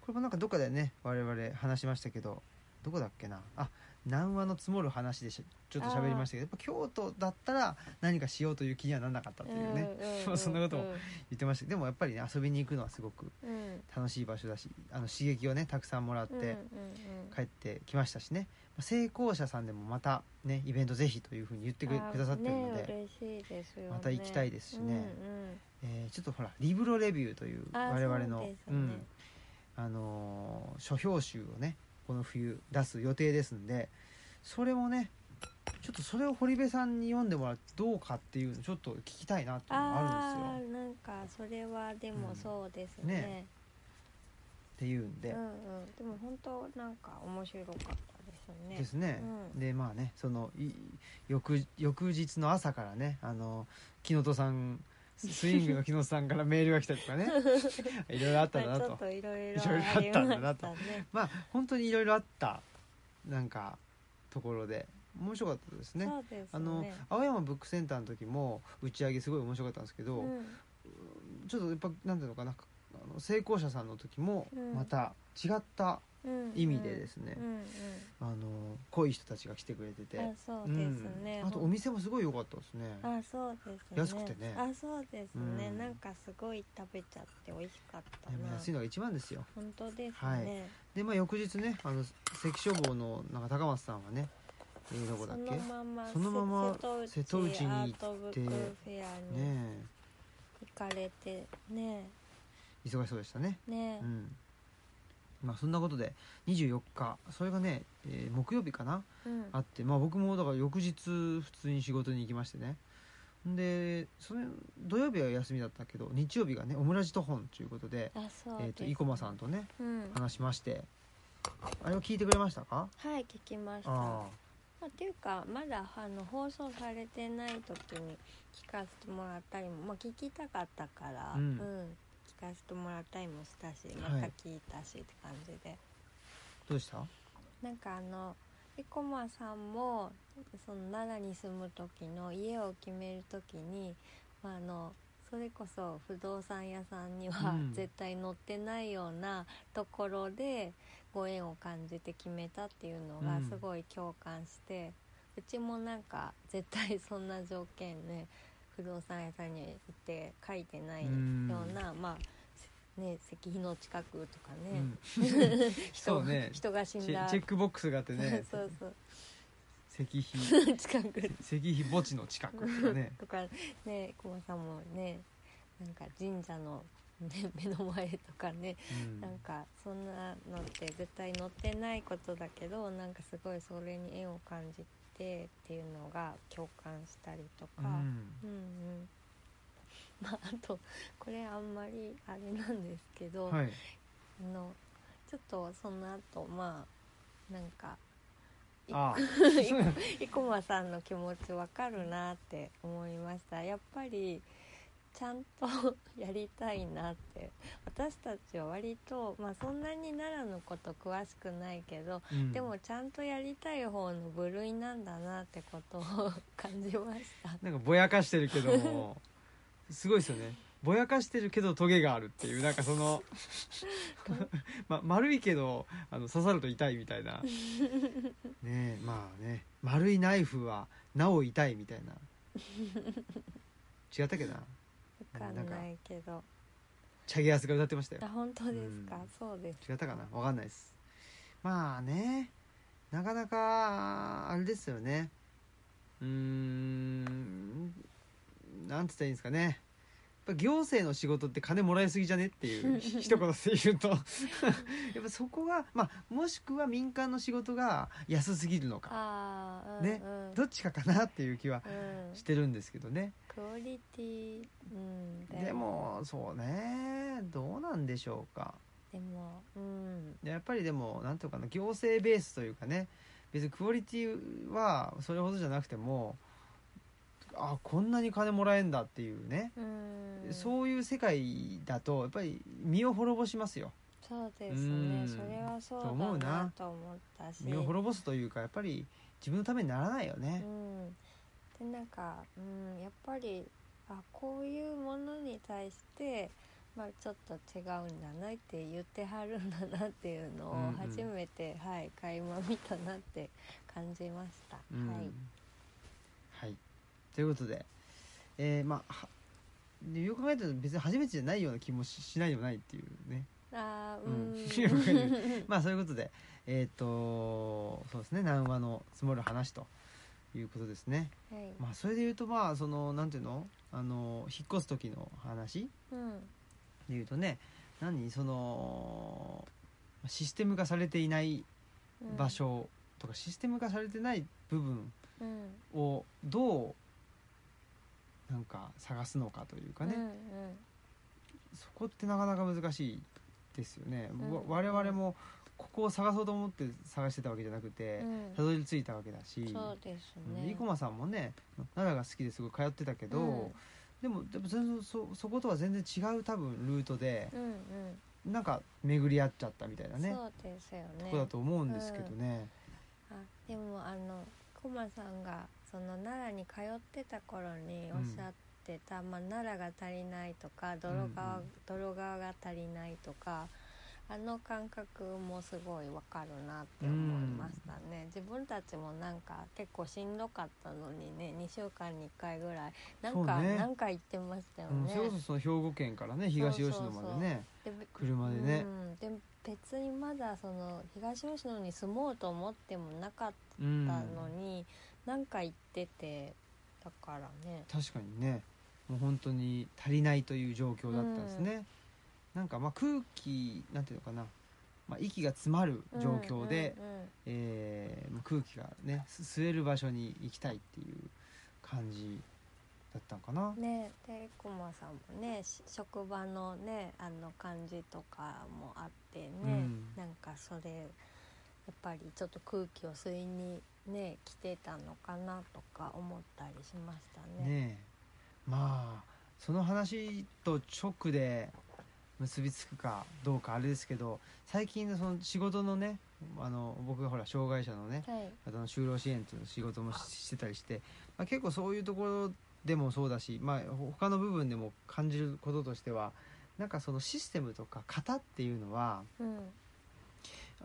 [SPEAKER 2] これもなんかどっかでね我々話しましたけどどこだっけなあ南話の積もる話でしちょっと喋りましたけどやっぱ京都だったら何かしようという気にはならなかったというね、まあ そんなことも言ってましたけどでもやっぱりね遊びに行くのはすごく
[SPEAKER 3] うんうん
[SPEAKER 2] 楽しい場所だしあの刺激をねたくさんもらっ
[SPEAKER 3] うん
[SPEAKER 2] て
[SPEAKER 3] うんうん
[SPEAKER 2] 帰ってきましたしね、まあ成功者さんでもまたねイベントぜひというふうに言ってくれ
[SPEAKER 3] あ
[SPEAKER 2] くださってるので、
[SPEAKER 3] ね、嬉しいですよね
[SPEAKER 2] また行きたいですしね
[SPEAKER 3] うんうん
[SPEAKER 2] えーちょっとほらリブロレビューという
[SPEAKER 3] あー
[SPEAKER 2] 我々の
[SPEAKER 3] そうですね
[SPEAKER 2] んあのー書評集をねこの冬出す予定ですんでそれもねちょっとそれを堀部さんに読んでもらってどうかっていうのちょっと聞きたいなっていうのがあるん
[SPEAKER 3] あ
[SPEAKER 2] ですよ
[SPEAKER 3] ーなんかそれはで
[SPEAKER 2] う
[SPEAKER 3] も
[SPEAKER 2] ん
[SPEAKER 3] そうですね,、
[SPEAKER 2] ねっていうんで
[SPEAKER 3] うん、うん、でも本当なんか面白かったですよね
[SPEAKER 2] ですね、
[SPEAKER 3] う
[SPEAKER 2] でまあねそのい翌翌日の朝からねあの木本さんスイングの木本さんからメールが来たりと かねいろいろあったんだ
[SPEAKER 3] まあ
[SPEAKER 2] な
[SPEAKER 3] ちょ
[SPEAKER 2] と
[SPEAKER 3] っといろいろ
[SPEAKER 2] いろいろあったんだなと
[SPEAKER 3] ありましたね
[SPEAKER 2] まあ本当にいろいろあったなんかところで面白かったですね。
[SPEAKER 3] そうですね
[SPEAKER 2] あの青山ブックセンターの時も打ち上げすごい面白かったんですけど、
[SPEAKER 3] うん
[SPEAKER 2] ちょっとやっぱなんていうのかなあの成功者さんの時も
[SPEAKER 3] うん
[SPEAKER 2] また違った
[SPEAKER 3] うん
[SPEAKER 2] 意味でですね
[SPEAKER 3] う、んうん
[SPEAKER 2] あの濃い人たちが来てくれてて、
[SPEAKER 3] あそうですね、
[SPEAKER 2] うんあとお店もすごい良かったですね。
[SPEAKER 3] あそうですね
[SPEAKER 2] 安くてね
[SPEAKER 3] あそうですね、
[SPEAKER 2] うん
[SPEAKER 3] なんかすごい食べちゃって美味しかった
[SPEAKER 2] でも
[SPEAKER 3] な
[SPEAKER 2] 安いのが一番ですよ
[SPEAKER 3] 本当ですね、
[SPEAKER 2] はいでまあ翌日ねあの関所房のなんか高松さんはね、えーどこだっけね
[SPEAKER 3] そのまま
[SPEAKER 2] そのまま
[SPEAKER 3] 瀬戸内アートブックフェアに
[SPEAKER 2] え
[SPEAKER 3] 行かれてね
[SPEAKER 2] 忙しそうでしたね
[SPEAKER 3] ね
[SPEAKER 2] うんまあそんなことで24日それがね、えー木曜日かな
[SPEAKER 3] うん
[SPEAKER 2] あってまあ僕もだから翌日普通に仕事に行きましてねんでそれ土曜日は休みだったけど日曜日がねオムラジト本ということで
[SPEAKER 3] あそう
[SPEAKER 2] えー、
[SPEAKER 3] です
[SPEAKER 2] と生駒さんとね
[SPEAKER 3] うん
[SPEAKER 2] 話しましてあれを聞いてくれましたか
[SPEAKER 3] はい聞きました
[SPEAKER 2] ああ
[SPEAKER 3] まあ、っていうかまだあの放送されてない時に聞かせてもらったりも、まあ、聞きたかったから、
[SPEAKER 2] うん
[SPEAKER 3] 聞かせてもらったりもしたしま
[SPEAKER 2] はい
[SPEAKER 3] た聞いたしって感じで、
[SPEAKER 2] どうでした
[SPEAKER 3] なんかあの生駒さんもその奈良に住む時の家を決める時に、まあ、あのそれこそ不動産屋さんには
[SPEAKER 2] うん
[SPEAKER 3] 絶対載ってないようなところでご縁を感じて決めたっていうの
[SPEAKER 2] う
[SPEAKER 3] が
[SPEAKER 2] ん
[SPEAKER 3] すごい共感して、うちもなんか絶対そんな条件ね不動産屋さんに行って書いてないよ
[SPEAKER 2] うん
[SPEAKER 3] うなまあね石碑の近くとか
[SPEAKER 2] う
[SPEAKER 3] ね、
[SPEAKER 2] ん、
[SPEAKER 3] 人
[SPEAKER 2] そうね
[SPEAKER 3] 人が死
[SPEAKER 2] チ
[SPEAKER 3] んだ
[SPEAKER 2] ェチェックボックスがあってね
[SPEAKER 3] そうそう
[SPEAKER 2] 石碑
[SPEAKER 3] そう近く
[SPEAKER 2] 石碑墓地の近くとかね
[SPEAKER 3] とかね駒さんもねなんか神社の、ね、 目の前とかね、
[SPEAKER 2] うん
[SPEAKER 3] なんかそんなのって絶対載ってないことだけどなんかすごいそれに縁を感じてっていうのが共感したりと
[SPEAKER 2] う
[SPEAKER 3] か、
[SPEAKER 2] ん
[SPEAKER 3] うんうんまああとこれあんまりあれなんですけど、
[SPEAKER 2] はい
[SPEAKER 3] あのちょっとその後まあなんか
[SPEAKER 2] ああ
[SPEAKER 3] 生駒さんの気持ちわかるなって思いましたやっぱりちゃんと やりたいなって私たちは割と、まあ、そんなに奈良のこと詳しくないけど
[SPEAKER 2] うん
[SPEAKER 3] でもちゃんとやりたい方の部類なんだなってことを感じました
[SPEAKER 2] なんかぼやかしてるけどもすごいですよねぼやかしてるけどトゲがあるっていうなんかそ のま丸いけどあの刺さると痛いみたいなねえまあね丸いナイフはなお痛いみたいな違ったっけな
[SPEAKER 3] わかんないけど
[SPEAKER 2] チャゲアスが歌ってましたよ
[SPEAKER 3] あ本当ですか、
[SPEAKER 2] うん
[SPEAKER 3] そうです
[SPEAKER 2] 違ったかなわかんないですまあねなかなかあれですよねうーんなんつったらいいんですかねやっぱ行政の仕事って金もらいすぎじゃねっていう 一言で言うとやっぱそこがまあもしくは民間の仕事が安すぎるのか
[SPEAKER 3] ああ、うん
[SPEAKER 2] ね
[SPEAKER 3] うん
[SPEAKER 2] どっちかかなっていう気は
[SPEAKER 3] うん
[SPEAKER 2] してるんですけどね
[SPEAKER 3] クオリティうんだよ
[SPEAKER 2] でもそうねどうなんでしょうか
[SPEAKER 3] でもうん
[SPEAKER 2] でやっぱりでもなんていうのかな行政ベースというかね別にクオリティはそれほどじゃなくてもあこんなに金もらえんだっていうね、
[SPEAKER 3] うん
[SPEAKER 2] そういう世界だとやっぱり身を滅ぼしますよ
[SPEAKER 3] そうです
[SPEAKER 2] う
[SPEAKER 3] ね
[SPEAKER 2] ん
[SPEAKER 3] それはそう
[SPEAKER 2] と思う
[SPEAKER 3] だな
[SPEAKER 2] な
[SPEAKER 3] と思ったし
[SPEAKER 2] 身を滅ぼすというかやっぱり自分のためにならないよね、
[SPEAKER 3] うんでなんか、うん、やっぱりあこういうものに対して、まあ、ちょっと違うんだなって言ってはるんだなっていうのを
[SPEAKER 2] うんうん
[SPEAKER 3] 初めて、はい垣間見たなって感じました、
[SPEAKER 2] うん
[SPEAKER 3] はい
[SPEAKER 2] はいということでえーまあはでよく考えたら別に初めてじゃないような気もししないでもないっていうね
[SPEAKER 3] あー
[SPEAKER 2] う
[SPEAKER 3] うんん
[SPEAKER 2] まあそういうことでえっ、とそうですね難話の積もる話ということですね
[SPEAKER 3] はい
[SPEAKER 2] まあそれで言うとまあそのなんていうのあの引っ越す時の話
[SPEAKER 3] うん
[SPEAKER 2] で言うとね何そのシステム化されていない
[SPEAKER 3] うん
[SPEAKER 2] 場所とか、システム化されてない部分
[SPEAKER 3] うん
[SPEAKER 2] をどうなんか探すのかというかね、
[SPEAKER 3] うん
[SPEAKER 2] そこってなかなか難しいですよね、
[SPEAKER 3] ん
[SPEAKER 2] わ我々もここを探そうと思って探してたわけじゃなくて
[SPEAKER 3] うんうん
[SPEAKER 2] たど、り着いたわけだし
[SPEAKER 3] そうです
[SPEAKER 2] うん
[SPEAKER 3] ね
[SPEAKER 2] 生駒さんもね奈良が好きですごい通ってたけど、
[SPEAKER 3] うん
[SPEAKER 2] でもでも全然そそことは全然違う多分ルートで
[SPEAKER 3] うんうん
[SPEAKER 2] なんか巡り合っちゃったみたいなね
[SPEAKER 3] そうですよ
[SPEAKER 2] と
[SPEAKER 3] ね
[SPEAKER 2] こだと思うんですけどね。
[SPEAKER 3] あでもあの駒さんがその奈良に通ってた頃に
[SPEAKER 2] うん
[SPEAKER 3] おっしゃってた、まあ、奈良が足りないとか泥
[SPEAKER 2] う
[SPEAKER 3] 川,、
[SPEAKER 2] んうん
[SPEAKER 3] 泥川が足りないとかあの感覚もすごいわかるなって
[SPEAKER 2] う
[SPEAKER 3] 思い
[SPEAKER 2] ん
[SPEAKER 3] ましたね、自分たちもなんか結構しんどかったのにね2週間に1回ぐらいなんか、
[SPEAKER 2] そうね
[SPEAKER 3] なんか行ってましたよ
[SPEAKER 2] うん
[SPEAKER 3] ね
[SPEAKER 2] それこそその兵庫県からね東吉野までね
[SPEAKER 3] でべ
[SPEAKER 2] 車でね
[SPEAKER 3] うん、で別にまだその東吉野に住もうと思ってもなかった
[SPEAKER 2] うん
[SPEAKER 3] だったのに、なんか行っててだからね
[SPEAKER 2] 確かにねもう本当に足りないという状況だったんですね、なんかまあ空気なんていうのかな、まあ、息が詰まる状況で、
[SPEAKER 3] うんうんうん
[SPEAKER 2] えーまあ空気がねす吸える場所に行きたいっていう感じだったのかな、
[SPEAKER 3] ねで駒さんもねし職場のねあの感じとかもあってね、
[SPEAKER 2] うん
[SPEAKER 3] なんかそれやっぱりちょっと空気を吸いにね来てたのかなとか思ったりしましたね。
[SPEAKER 2] ねえまあその話と直で結びつくかどうかあれですけど最近のその仕事のねあの僕がほら障害者のね
[SPEAKER 3] はい、
[SPEAKER 2] あの就労支援っていう仕事もししてたりして、まあ、結構そういうところでもそうだし、まあ、ほ他の部分でも感じることとしてはなんかそのシステムとか型っていうのは
[SPEAKER 3] うん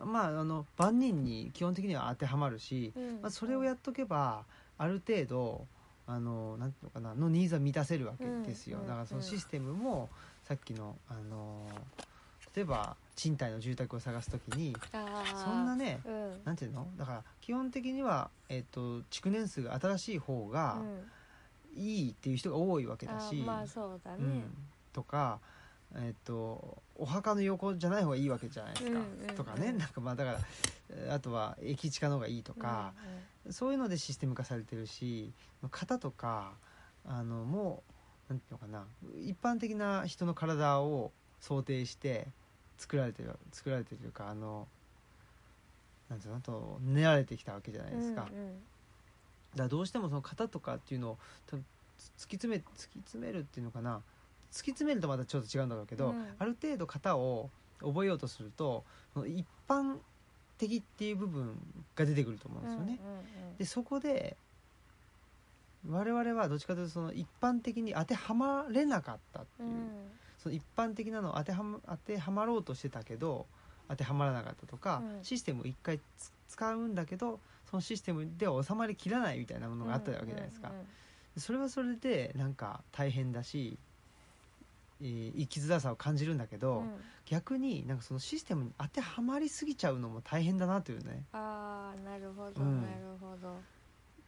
[SPEAKER 2] まあ、あの万人に基本的には当てはまるし、
[SPEAKER 3] うん
[SPEAKER 2] まあ、それをやっとけばある程度あのなんていうのかなのニーズは満たせるわけですよ、
[SPEAKER 3] うんうん
[SPEAKER 2] だからその
[SPEAKER 3] うん
[SPEAKER 2] システムもさっきのあの例えば賃貸の住宅を探すときに
[SPEAKER 3] あー
[SPEAKER 2] そんなね
[SPEAKER 3] うんうん
[SPEAKER 2] なんていうのだから基本的には、えっと築年数が新しい方がいいっていう人が多いわけだ
[SPEAKER 3] あ
[SPEAKER 2] し、
[SPEAKER 3] ーまあそうだね、
[SPEAKER 2] うん、とか、えっとお墓の横じゃない方がいいわけじゃないですか、
[SPEAKER 3] うんうんうん
[SPEAKER 2] とかねなんかまあだからえーあとは駅近の方がいいとか、そういうのでシステム化されてるし型とかあのもうなんていうのかな一般的な人の体を想定して作られてる作られてるというかあのなんていうのあと練られてきたわけじゃない
[SPEAKER 3] うんうん
[SPEAKER 2] ですか。
[SPEAKER 3] うんうん
[SPEAKER 2] だからどうしてもその型とかっていうのをた突き詰め突き詰めるっていうのかな突き詰めるとまたちょっと違うんだろうけど、
[SPEAKER 3] うん
[SPEAKER 2] ある程度型を覚えようとするとその一般的っていう部分が出てくると思うんですよね。
[SPEAKER 3] うんうんうん
[SPEAKER 2] でそこで我々はどっちかというとその一般的に当てはまれなかったっていう、
[SPEAKER 3] うん
[SPEAKER 2] その一般的なのを当てはま当てはまろうとしてたけど当てはまらなかったとか、
[SPEAKER 3] うん
[SPEAKER 2] システムを一回つ使うんだけどそのシステムでは収まりきらないみたいなものがあったわけじゃないですか、
[SPEAKER 3] うんうんうん
[SPEAKER 2] それはそれでなんか大変だし、えー生きづらさを感じるんだけど、
[SPEAKER 3] うん
[SPEAKER 2] 逆になんかそのシステムに当てはまりすぎちゃうのも大変だなというね
[SPEAKER 3] ああなるほど、
[SPEAKER 2] うん
[SPEAKER 3] なるほど、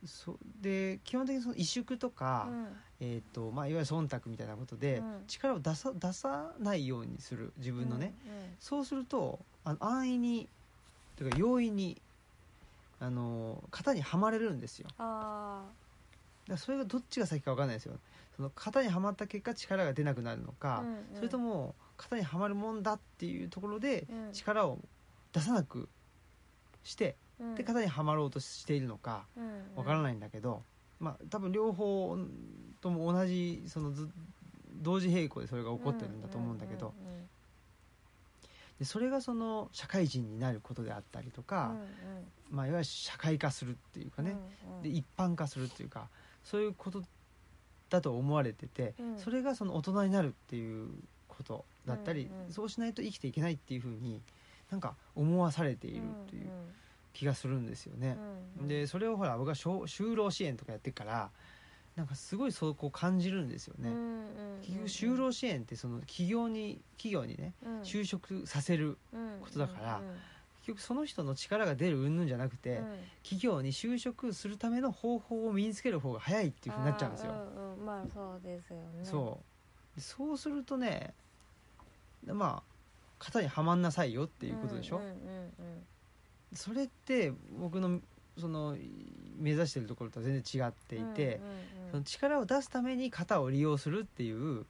[SPEAKER 2] そで基本的にその萎縮とか、
[SPEAKER 3] うん
[SPEAKER 2] えーとまあ、いわゆる忖度みたいなことで、
[SPEAKER 3] うん
[SPEAKER 2] 力を出さ出さないようにする自分のね、、
[SPEAKER 3] うんうん
[SPEAKER 2] そうするとあの安易にというか容易にあの型にはまれるんですよだか
[SPEAKER 3] あ
[SPEAKER 2] らそれがどっちが先か分かんないですよその型にはまった結果力が出なくなるの
[SPEAKER 3] あ、
[SPEAKER 2] か、
[SPEAKER 3] うんうん
[SPEAKER 2] それとも型にはまるもんだっていうところで
[SPEAKER 3] うん
[SPEAKER 2] 力を出さなくして、
[SPEAKER 3] うん
[SPEAKER 2] で型にはまろうとしているのか分から
[SPEAKER 3] い、
[SPEAKER 2] ないんだけど、まあ多分両方とも同じそのず同時並行でそれが起こってるんだと思うんだけど、でそれがその社会人になることであったりと
[SPEAKER 3] うん
[SPEAKER 2] か、まあ、いわゆる社会化するっていうかね、、で一般化するっていうかそういうことだと思われてて、
[SPEAKER 3] うん
[SPEAKER 2] それがその大人になるっていうことだったり、
[SPEAKER 3] うんうん
[SPEAKER 2] そうしないと生きていけないっていうふうになんか思わされてい
[SPEAKER 3] い
[SPEAKER 2] るという気がするんですよね。でそれをほら僕は就就労支援とかやってるからなんかすごいそこを感じるんですよね。結局就労支援ってその企業に企業にね就職させることだから結局その人の力が出る云々じゃなくて、企業に就職するための方法を身につける方が早いっていうふうになっちゃうんですよ。
[SPEAKER 3] うんうん、まあそうですよね
[SPEAKER 2] そうそうするとねまあ型にはまんなさいよって
[SPEAKER 3] う
[SPEAKER 2] いうことでしょ、
[SPEAKER 3] んうんうん
[SPEAKER 2] それって僕のその目指してるところとは全然違っていて、
[SPEAKER 3] うんうんうん
[SPEAKER 2] その力を出すために型を利用するっていう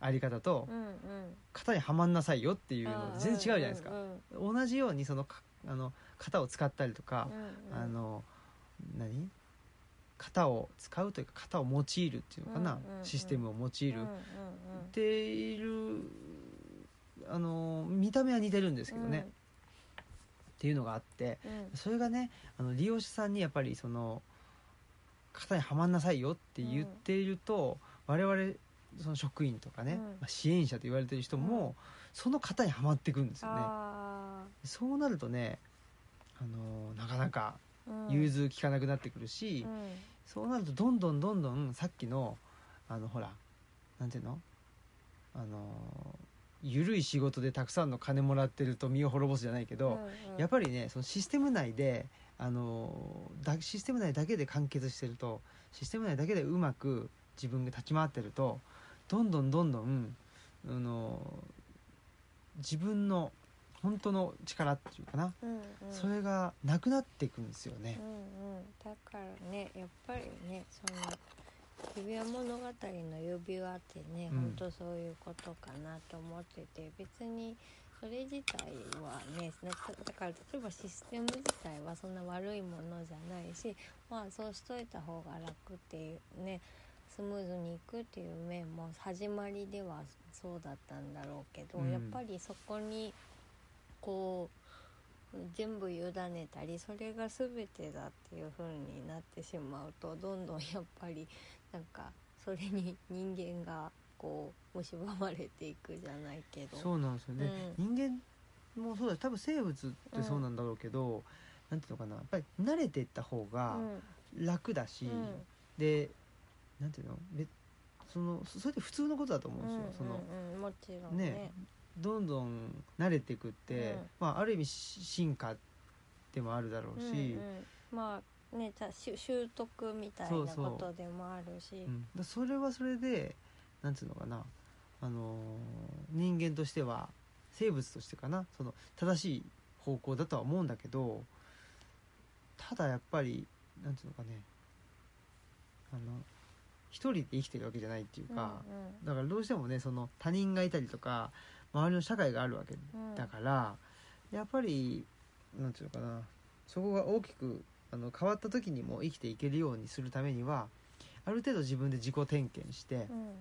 [SPEAKER 2] あり方と
[SPEAKER 3] うんうん
[SPEAKER 2] 型にはまんなさいよっていうの全然違うじゃないですか
[SPEAKER 3] う。ん
[SPEAKER 2] 同じようにそのかあの型を使ったりとか
[SPEAKER 3] うん、うん
[SPEAKER 2] あの何型を使うというか型を用いるっていうのかな、
[SPEAKER 3] うんうんうん
[SPEAKER 2] システムを用いる、
[SPEAKER 3] うんうんうん
[SPEAKER 2] っているあの見た目は似てるんですけどね、っていうのがあって
[SPEAKER 3] うんうん
[SPEAKER 2] それがねあの利用者さんにやっぱりその型にはまんなさいよって言っていると、我々その職員とかね、
[SPEAKER 3] うん
[SPEAKER 2] まあ支援者と言われてる人も、その型にはまっていくんですよね。
[SPEAKER 3] あ
[SPEAKER 2] そうなるとねあのなかなか
[SPEAKER 3] ーうん
[SPEAKER 2] 融通きかなくなってくるし、そうなるとどんどんどんどんさっきのあのほらなんていうのあのゆるい仕事でたくさんの金もらってると身を滅ぼすじゃないけど、やっぱりねそのシステム内であのだシステム内だけで完結してるとシステム内だけでうまく自分が立ち回ってるとどんどんどんどんあの自分の本当の力っていうかな、
[SPEAKER 3] うんうんうん
[SPEAKER 2] それがなくなっていくんですよね
[SPEAKER 3] う。んうん、だからねやっぱりねその「指輪物語」の指輪ってね、
[SPEAKER 2] うん
[SPEAKER 3] ほんとそういうことかなと思ってて別にそれ自体はねなだから例えばシステム自体はそんな悪いものじゃないしまあそうしといた方が楽っていうねスムーズにいくっていう面も始まりではそうだったんだろうけど、
[SPEAKER 2] うん
[SPEAKER 3] やっぱりそこにこう全部委ねたりそれが全てだっていう風になってしまうとどんどんやっぱりなんかそれに人間がこう蝕まれていくじゃないけど。
[SPEAKER 2] そうなんですよね、人間もそうだし多分生物ってそうなんだろうけど、なんていうのかなやっぱり慣れていった方
[SPEAKER 3] う
[SPEAKER 2] が
[SPEAKER 3] ん
[SPEAKER 2] 楽だし、
[SPEAKER 3] うん
[SPEAKER 2] でなんていうのべそのそそれって普通のことだと思うんですよ、その
[SPEAKER 3] うんうんもちろんね
[SPEAKER 2] ねどんどん慣れていくって、
[SPEAKER 3] うん
[SPEAKER 2] まあ、ある意味し進化でもあるだろうし、
[SPEAKER 3] うんうんまあねた習習得みたい
[SPEAKER 2] そう
[SPEAKER 3] な
[SPEAKER 2] そう
[SPEAKER 3] ことでもあるし
[SPEAKER 2] うんだそれはそれでなんていうのかな、あのー人間としては生物としてかなその正しい方向だとは思うんだけどただやっぱりなんていうのかねあの一人で生きてるわけじゃないっていうか、
[SPEAKER 3] うん
[SPEAKER 2] だからどうしてもねその他人がいたりとか周りの社会があるわけ
[SPEAKER 3] うん
[SPEAKER 2] だから、やっぱりなんていうのかなそこが大きくあの変わった時にも生きていけるようにするためにはある程度自分で自己点検して
[SPEAKER 3] うん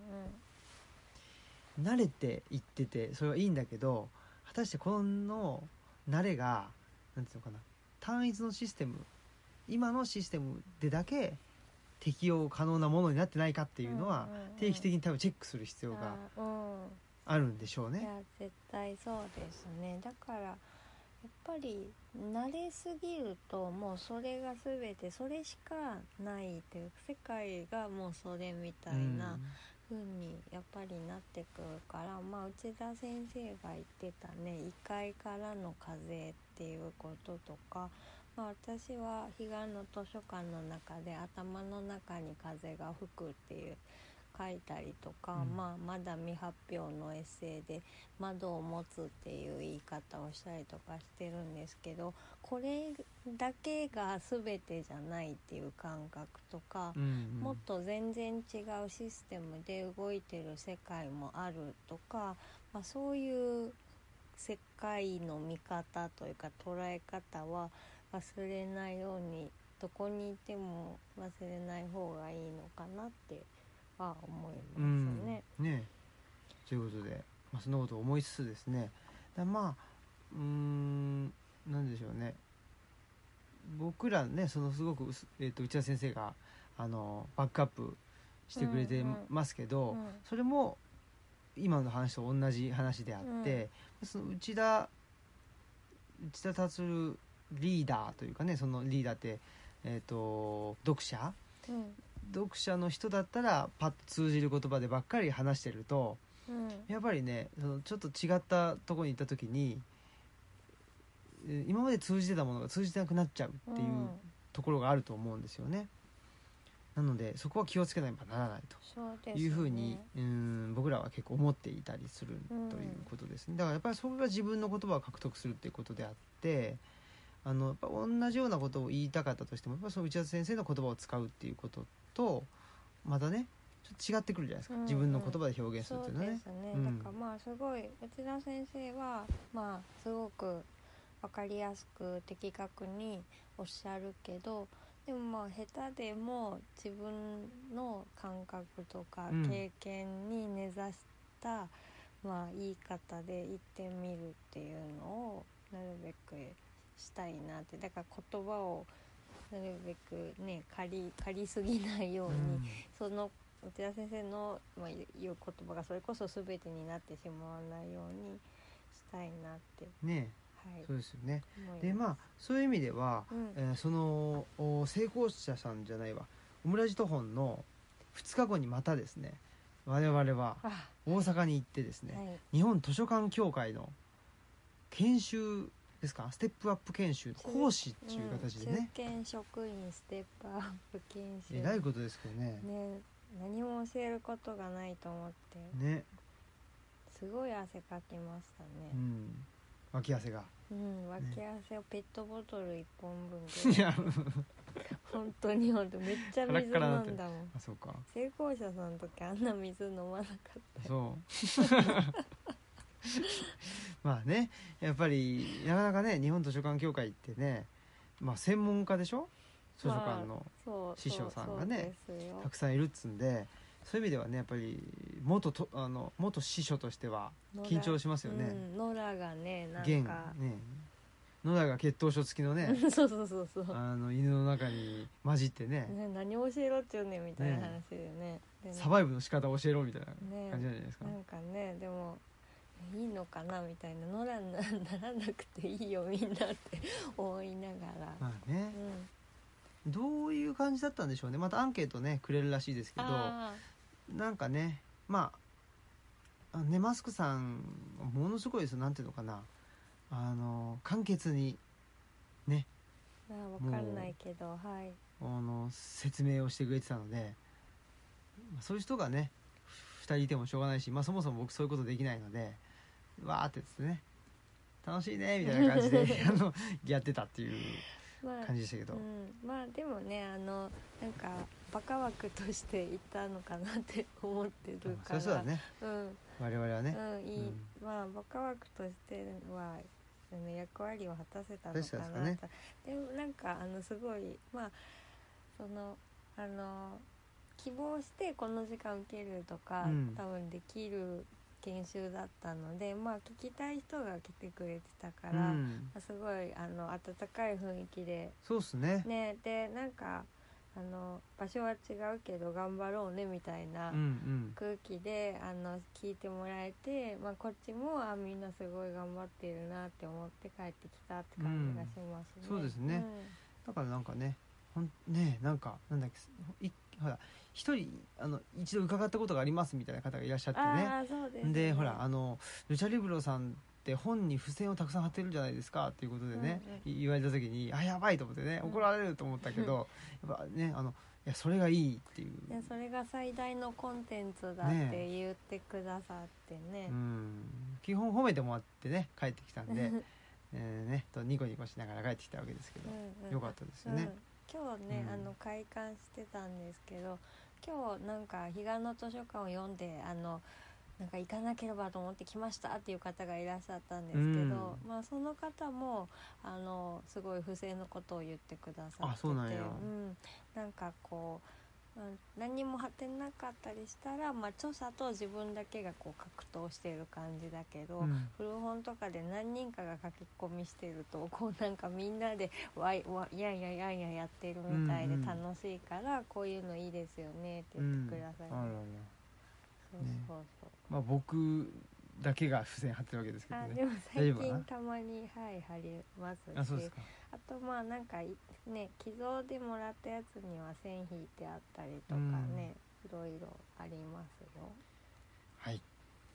[SPEAKER 2] 慣れていっててそれはいいんだけど果たしてこの慣れがなんていうのかな単一のシステム今のシステムでだけ適用可能なものになってないかっていうのは
[SPEAKER 3] うんうんうん
[SPEAKER 2] 定期的に多分チェックする必
[SPEAKER 3] う
[SPEAKER 2] 要
[SPEAKER 3] ん
[SPEAKER 2] が
[SPEAKER 3] あうん
[SPEAKER 2] あるんでしょう
[SPEAKER 3] い
[SPEAKER 2] ね
[SPEAKER 3] や。絶対そうですねだからやっぱり慣れすぎるともうそれが全てそれしかないという世界がもうそれみたいな風にやっぱりなってくるから、まあ内田先生が言ってたね異界からの風っていうこととか、まあ、私は彼岸の図書館の中で頭の中に風が吹くっていう書いたりとか、
[SPEAKER 2] うん
[SPEAKER 3] まあ、まだ未発表のエッセイで「窓を持つ」っていう言い方をしたりとかしてるんですけどこれだけが全てじゃないっていう感覚とか、
[SPEAKER 2] うんうん
[SPEAKER 3] もっと全然違うシステムで動いてる世界もあるとか、まあ、そういう世界の見方というか捉え方は忘れないようにどこにいても忘れない方がいいのかなっては思いますね。
[SPEAKER 2] うん、ねということで、まあ、そんなことを思いつつですねだまあうーんなんでしょうね僕らねそのすごく、すえー、と内田先生があのバックアップしてくれて
[SPEAKER 3] うんうん
[SPEAKER 2] ますけど、
[SPEAKER 3] うん
[SPEAKER 2] それも今の話と同じ話であって、その内田内田達郎リーダーというかねそのリーダーって、えー、と読者、
[SPEAKER 3] うん
[SPEAKER 2] 読者の人だったらパッと通じる言葉でばっかり話してると
[SPEAKER 3] うん
[SPEAKER 2] やっぱりねそのちょっと違ったとこに行った時にえー今まで通じてたものが通じてなくなっちゃうっていう
[SPEAKER 3] うん
[SPEAKER 2] ところがあると思うんですよね。なのでそこは気をつけなければならない
[SPEAKER 3] そうで
[SPEAKER 2] と
[SPEAKER 3] す
[SPEAKER 2] いうふうに、
[SPEAKER 3] ね
[SPEAKER 2] うん僕らは結構思っていたりすると
[SPEAKER 3] うん
[SPEAKER 2] いうことですね。だからやっぱりそこが自分の言葉を獲得するっていうことであってあのやっぱ同じようなことを言いたかったとしてもやっぱその内田先生の言葉を使うっていうこととまたねちょっと違ってくるじゃないですか、
[SPEAKER 3] うんうん
[SPEAKER 2] 自分の言葉で表現す
[SPEAKER 3] そ
[SPEAKER 2] る
[SPEAKER 3] う
[SPEAKER 2] っていうのは
[SPEAKER 3] で
[SPEAKER 2] ね
[SPEAKER 3] す。ね、
[SPEAKER 2] うん
[SPEAKER 3] だからまあすごい内田先生はまあすごく分かりやすく的確におっしゃるけどでもまあ下手でも自分の感覚とか
[SPEAKER 2] うん
[SPEAKER 3] 経験に根ざした、まあ言い方で言ってみるっていうのをなるべくしたいなってだから言葉をなるべくね借り借りすぎないように、その内田先生の、まあ、言う言葉がそれこそ全てになってしまわないようにしたいなって、
[SPEAKER 2] うんね
[SPEAKER 3] はい、
[SPEAKER 2] そうですよね。
[SPEAKER 3] 思います。
[SPEAKER 2] でまあそういう意味では、
[SPEAKER 3] うん
[SPEAKER 2] えーそのお成功者さんじゃないわオムラジト本の2日後にまたですね我々は
[SPEAKER 3] あ
[SPEAKER 2] 大阪に行ってですね、
[SPEAKER 3] はい、
[SPEAKER 2] 日本図書館協会の研修ですかステップアップ研修
[SPEAKER 3] 中
[SPEAKER 2] 講師っていう形で
[SPEAKER 3] うん
[SPEAKER 2] ね、
[SPEAKER 3] 中堅職員ステップアップ研修
[SPEAKER 2] えらいことですけどね
[SPEAKER 3] ね何も教えることがないと思って
[SPEAKER 2] ね、
[SPEAKER 3] すごい汗かきました
[SPEAKER 2] う
[SPEAKER 3] ね
[SPEAKER 2] ん、脇汗が
[SPEAKER 3] うん脇汗をペットボトル1本分
[SPEAKER 2] い
[SPEAKER 3] ぐらい
[SPEAKER 2] や
[SPEAKER 3] 本当に本当めっちゃ水飲ん
[SPEAKER 2] カラッカラになってる
[SPEAKER 3] だもん
[SPEAKER 2] あそうか
[SPEAKER 3] 成功者さんの時あんな水飲まなかったよ
[SPEAKER 2] そう まあねやっぱりなかなかね日本図書館協会ってねまあ専門家でしょ図書館の、
[SPEAKER 3] そう
[SPEAKER 2] 師匠さんがね
[SPEAKER 3] そうですよ
[SPEAKER 2] たくさんいるっつんでそういう意味ではねやっぱり元とあの元司書としては
[SPEAKER 3] 野良
[SPEAKER 2] 緊張しますよね、
[SPEAKER 3] うん、ノラがねなん
[SPEAKER 2] 現
[SPEAKER 3] か、
[SPEAKER 2] ね野田が血統書付きのね
[SPEAKER 3] そうそうそうそう、
[SPEAKER 2] あの犬の中に混じってね
[SPEAKER 3] ね、何を教えろって言うねんみたいな話
[SPEAKER 2] ね
[SPEAKER 3] だよねで
[SPEAKER 2] サバイブの仕方を教えろみたいな
[SPEAKER 3] ね
[SPEAKER 2] 感じなんじゃないですか、
[SPEAKER 3] なんかねでもいいのかなみたいなノラになならなくていいよみんなって思いながら、
[SPEAKER 2] まあね
[SPEAKER 3] うん
[SPEAKER 2] どういう感じだったんでしょうねまたアンケートねくれるらしいですけど
[SPEAKER 3] あ
[SPEAKER 2] なんかねまああねマスクさんものすごいですなんていうのかなあの簡潔に
[SPEAKER 3] あ分かんないけどはい
[SPEAKER 2] あの説明をしてくれてたのでまあそういう人がね2人いてもしょうがないし、まあ、そもそも僕そういうことできないのでわーってですね楽しいねみたいな感じ であのやってたっていう
[SPEAKER 3] まあ
[SPEAKER 2] 感じでしたけ
[SPEAKER 3] う
[SPEAKER 2] ど、
[SPEAKER 3] ん、まあでもねあのなんかバカ枠としていったのかなって思ってる
[SPEAKER 2] まあ
[SPEAKER 3] か
[SPEAKER 2] そり
[SPEAKER 3] ら
[SPEAKER 2] ゃそうだね
[SPEAKER 3] うん
[SPEAKER 2] 我々はね、
[SPEAKER 3] うんいい、
[SPEAKER 2] うん
[SPEAKER 3] まあバカ枠としてはあの役割を果たせたの
[SPEAKER 2] 確か
[SPEAKER 3] か
[SPEAKER 2] ですか
[SPEAKER 3] なと
[SPEAKER 2] ね
[SPEAKER 3] でもなんかあのすごいまあそのあの希望してこの時間受けるとか、
[SPEAKER 2] うん
[SPEAKER 3] 多分できる研修だったのでまあ聞きたい人が来てくれてたか
[SPEAKER 2] う
[SPEAKER 3] ら、
[SPEAKER 2] ん、
[SPEAKER 3] すごいあの温かい雰囲気で
[SPEAKER 2] そうっすね
[SPEAKER 3] ねでなんかあの場所は違うけど頑張ろうねみたいな
[SPEAKER 2] うんうん
[SPEAKER 3] 空気で、あの聞いてもらえて、まあ、こっちもあみんなすごい頑張ってるなって思って帰ってきたって感じがしますね。
[SPEAKER 2] うんそうですねだからなんかねほんねなんかなんだっけいほら一人あの一度伺ったことがありますみたいな方がいらっしゃっ
[SPEAKER 3] うん。
[SPEAKER 2] てね
[SPEAKER 3] ああそうです、
[SPEAKER 2] でほらあのルチャリブロさんって本に付箋をたくさん貼ってるじゃないですかっていうことでね、い言われた時にあやばいと思ってね
[SPEAKER 3] うん
[SPEAKER 2] 怒られると思ったけど、やっぱねあのいやそれがいいっていう、
[SPEAKER 3] いやそれが最大のコンテンツだっ
[SPEAKER 2] ね
[SPEAKER 3] て言ってくださってね
[SPEAKER 2] うん、基本褒めてもらってね帰ってきたん で、えーね、とニコニコしながら帰ってきたわけですけど、
[SPEAKER 3] うんうん
[SPEAKER 2] よかったですね。
[SPEAKER 3] うん、今日ね、
[SPEAKER 2] うん
[SPEAKER 3] あの開館してたんですけど今日なんか彼岸の図書館を読んであのなんか行かなければと思って来ましたっていう方がいらっしゃったんですけど、
[SPEAKER 2] うん
[SPEAKER 3] まあその方もあのすごい不正のことを言ってくださってて
[SPEAKER 2] あそうなんや
[SPEAKER 3] うんなんかこう、うん何も果てなかったりしたら、まあ、著者と自分だけがこう格闘してる感じだけど、
[SPEAKER 2] うん
[SPEAKER 3] 古本とかで何人かが書き込みしてるとこうなんかみんなでわいわいやいやいやいややってるみたいで
[SPEAKER 2] うんうん
[SPEAKER 3] 楽しいから、こういうのいいですよねって言ってください、
[SPEAKER 2] うんあらら
[SPEAKER 3] そうそうそう、
[SPEAKER 2] まあ、僕だけが付箋貼ってるわけですけど
[SPEAKER 3] あ
[SPEAKER 2] ね
[SPEAKER 3] でも
[SPEAKER 2] 大
[SPEAKER 3] 最
[SPEAKER 2] 丈夫かな
[SPEAKER 3] 近たまにはい貼りますし
[SPEAKER 2] あそうですか
[SPEAKER 3] あとまあなんかいね寄贈でもらったやつには線引いてあったりとかね、いろいろありますよ
[SPEAKER 2] はい、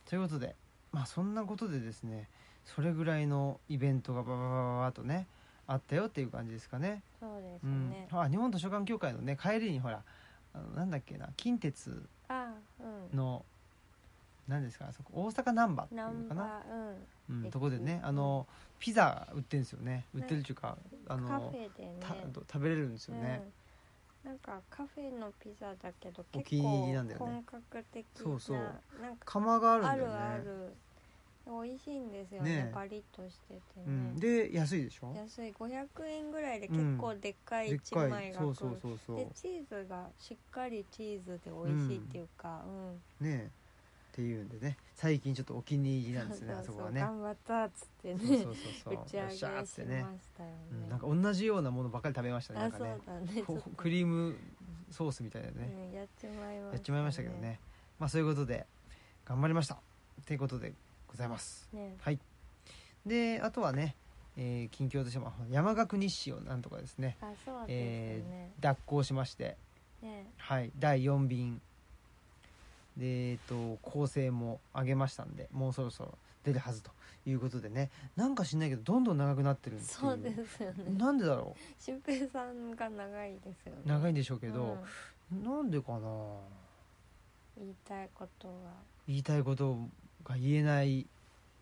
[SPEAKER 2] ということで、まあ、そんなことでですねそれぐらいのイベントがバババババッとねあったよっていう感じですかね。
[SPEAKER 3] そうです
[SPEAKER 2] うん
[SPEAKER 3] ね、
[SPEAKER 2] あ日本図書館協会のね帰りにほらあのなんだっけな近鉄
[SPEAKER 3] あうん
[SPEAKER 2] の何ですかあそこ大阪難波っていう
[SPEAKER 3] ナ
[SPEAKER 2] の
[SPEAKER 3] ン
[SPEAKER 2] かな、
[SPEAKER 3] バーうん
[SPEAKER 2] うん、とこでね
[SPEAKER 3] 駅
[SPEAKER 2] あのピザ売ってるんですよね売
[SPEAKER 3] ね
[SPEAKER 2] ってるっていうかあ
[SPEAKER 3] カフ
[SPEAKER 2] の
[SPEAKER 3] ェでね
[SPEAKER 2] た食べれるんですよね。
[SPEAKER 3] うん、なんかカフェのピザだけど
[SPEAKER 2] お
[SPEAKER 3] 結
[SPEAKER 2] 気に入りな
[SPEAKER 3] 構
[SPEAKER 2] んだよね
[SPEAKER 3] 本格的な
[SPEAKER 2] そうそう
[SPEAKER 3] なんか
[SPEAKER 2] 窯があるん
[SPEAKER 3] あ
[SPEAKER 2] だよ
[SPEAKER 3] る
[SPEAKER 2] ね。
[SPEAKER 3] ある美味しいんですよね
[SPEAKER 2] ね
[SPEAKER 3] パリッとしてて
[SPEAKER 2] う
[SPEAKER 3] ね
[SPEAKER 2] ん、、で安いでしょ。
[SPEAKER 3] 安い500円ぐらいで結構でっかい
[SPEAKER 2] でっ
[SPEAKER 3] 一
[SPEAKER 2] かい
[SPEAKER 3] 枚が
[SPEAKER 2] そ
[SPEAKER 3] 来
[SPEAKER 2] う
[SPEAKER 3] る
[SPEAKER 2] そうそうそう。
[SPEAKER 3] でチーズがしっかりチーズで美味しいっていうか、うん
[SPEAKER 2] ねえっていうんでね最近ちょっとお気に入りなんです ねあそこがね
[SPEAKER 3] 頑張ったっつってね
[SPEAKER 2] そうそうそうそう
[SPEAKER 3] 打ち上
[SPEAKER 2] よっ
[SPEAKER 3] げ
[SPEAKER 2] しゃーっつってね
[SPEAKER 3] しましたよね,、
[SPEAKER 2] うんなんか同じようなものばっかり食べましたねな
[SPEAKER 3] あ
[SPEAKER 2] んか
[SPEAKER 3] そうだ
[SPEAKER 2] ね
[SPEAKER 3] ね
[SPEAKER 2] こ
[SPEAKER 3] ちょっと
[SPEAKER 2] クリームソースみたいなね、
[SPEAKER 3] うんやっちまいましたね
[SPEAKER 2] やっちまいましたけどねまあそういうことで頑張りましたっていうことでございます
[SPEAKER 3] ね
[SPEAKER 2] はいであとはね、えー近況としても山岳日誌をなんとかですね
[SPEAKER 3] あそうですね、
[SPEAKER 2] えー脱行しまして
[SPEAKER 3] ね
[SPEAKER 2] はい第4便でえっと構成も上げましたんでもうそろそろ出るはずということでねなんか知んないけどどんどん長くなってるっていう
[SPEAKER 3] そうですよ ね
[SPEAKER 2] なんでだろ
[SPEAKER 3] 俊平さんが長いですよね
[SPEAKER 2] う長いん
[SPEAKER 3] で
[SPEAKER 2] でしょうけど、、なんでかな
[SPEAKER 3] うん言いたいことは
[SPEAKER 2] 言いたいことが言えない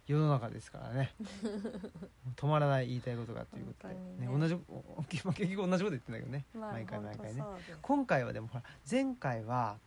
[SPEAKER 2] 世の中ですからね止まらない言いたいことがということで
[SPEAKER 3] 本、当
[SPEAKER 2] ね
[SPEAKER 3] にね
[SPEAKER 2] 同じお結局同じこと言ってんだけどね、
[SPEAKER 3] まあ
[SPEAKER 2] 毎回毎回ね
[SPEAKER 3] 本当そうです
[SPEAKER 2] 今回はでもほら前回は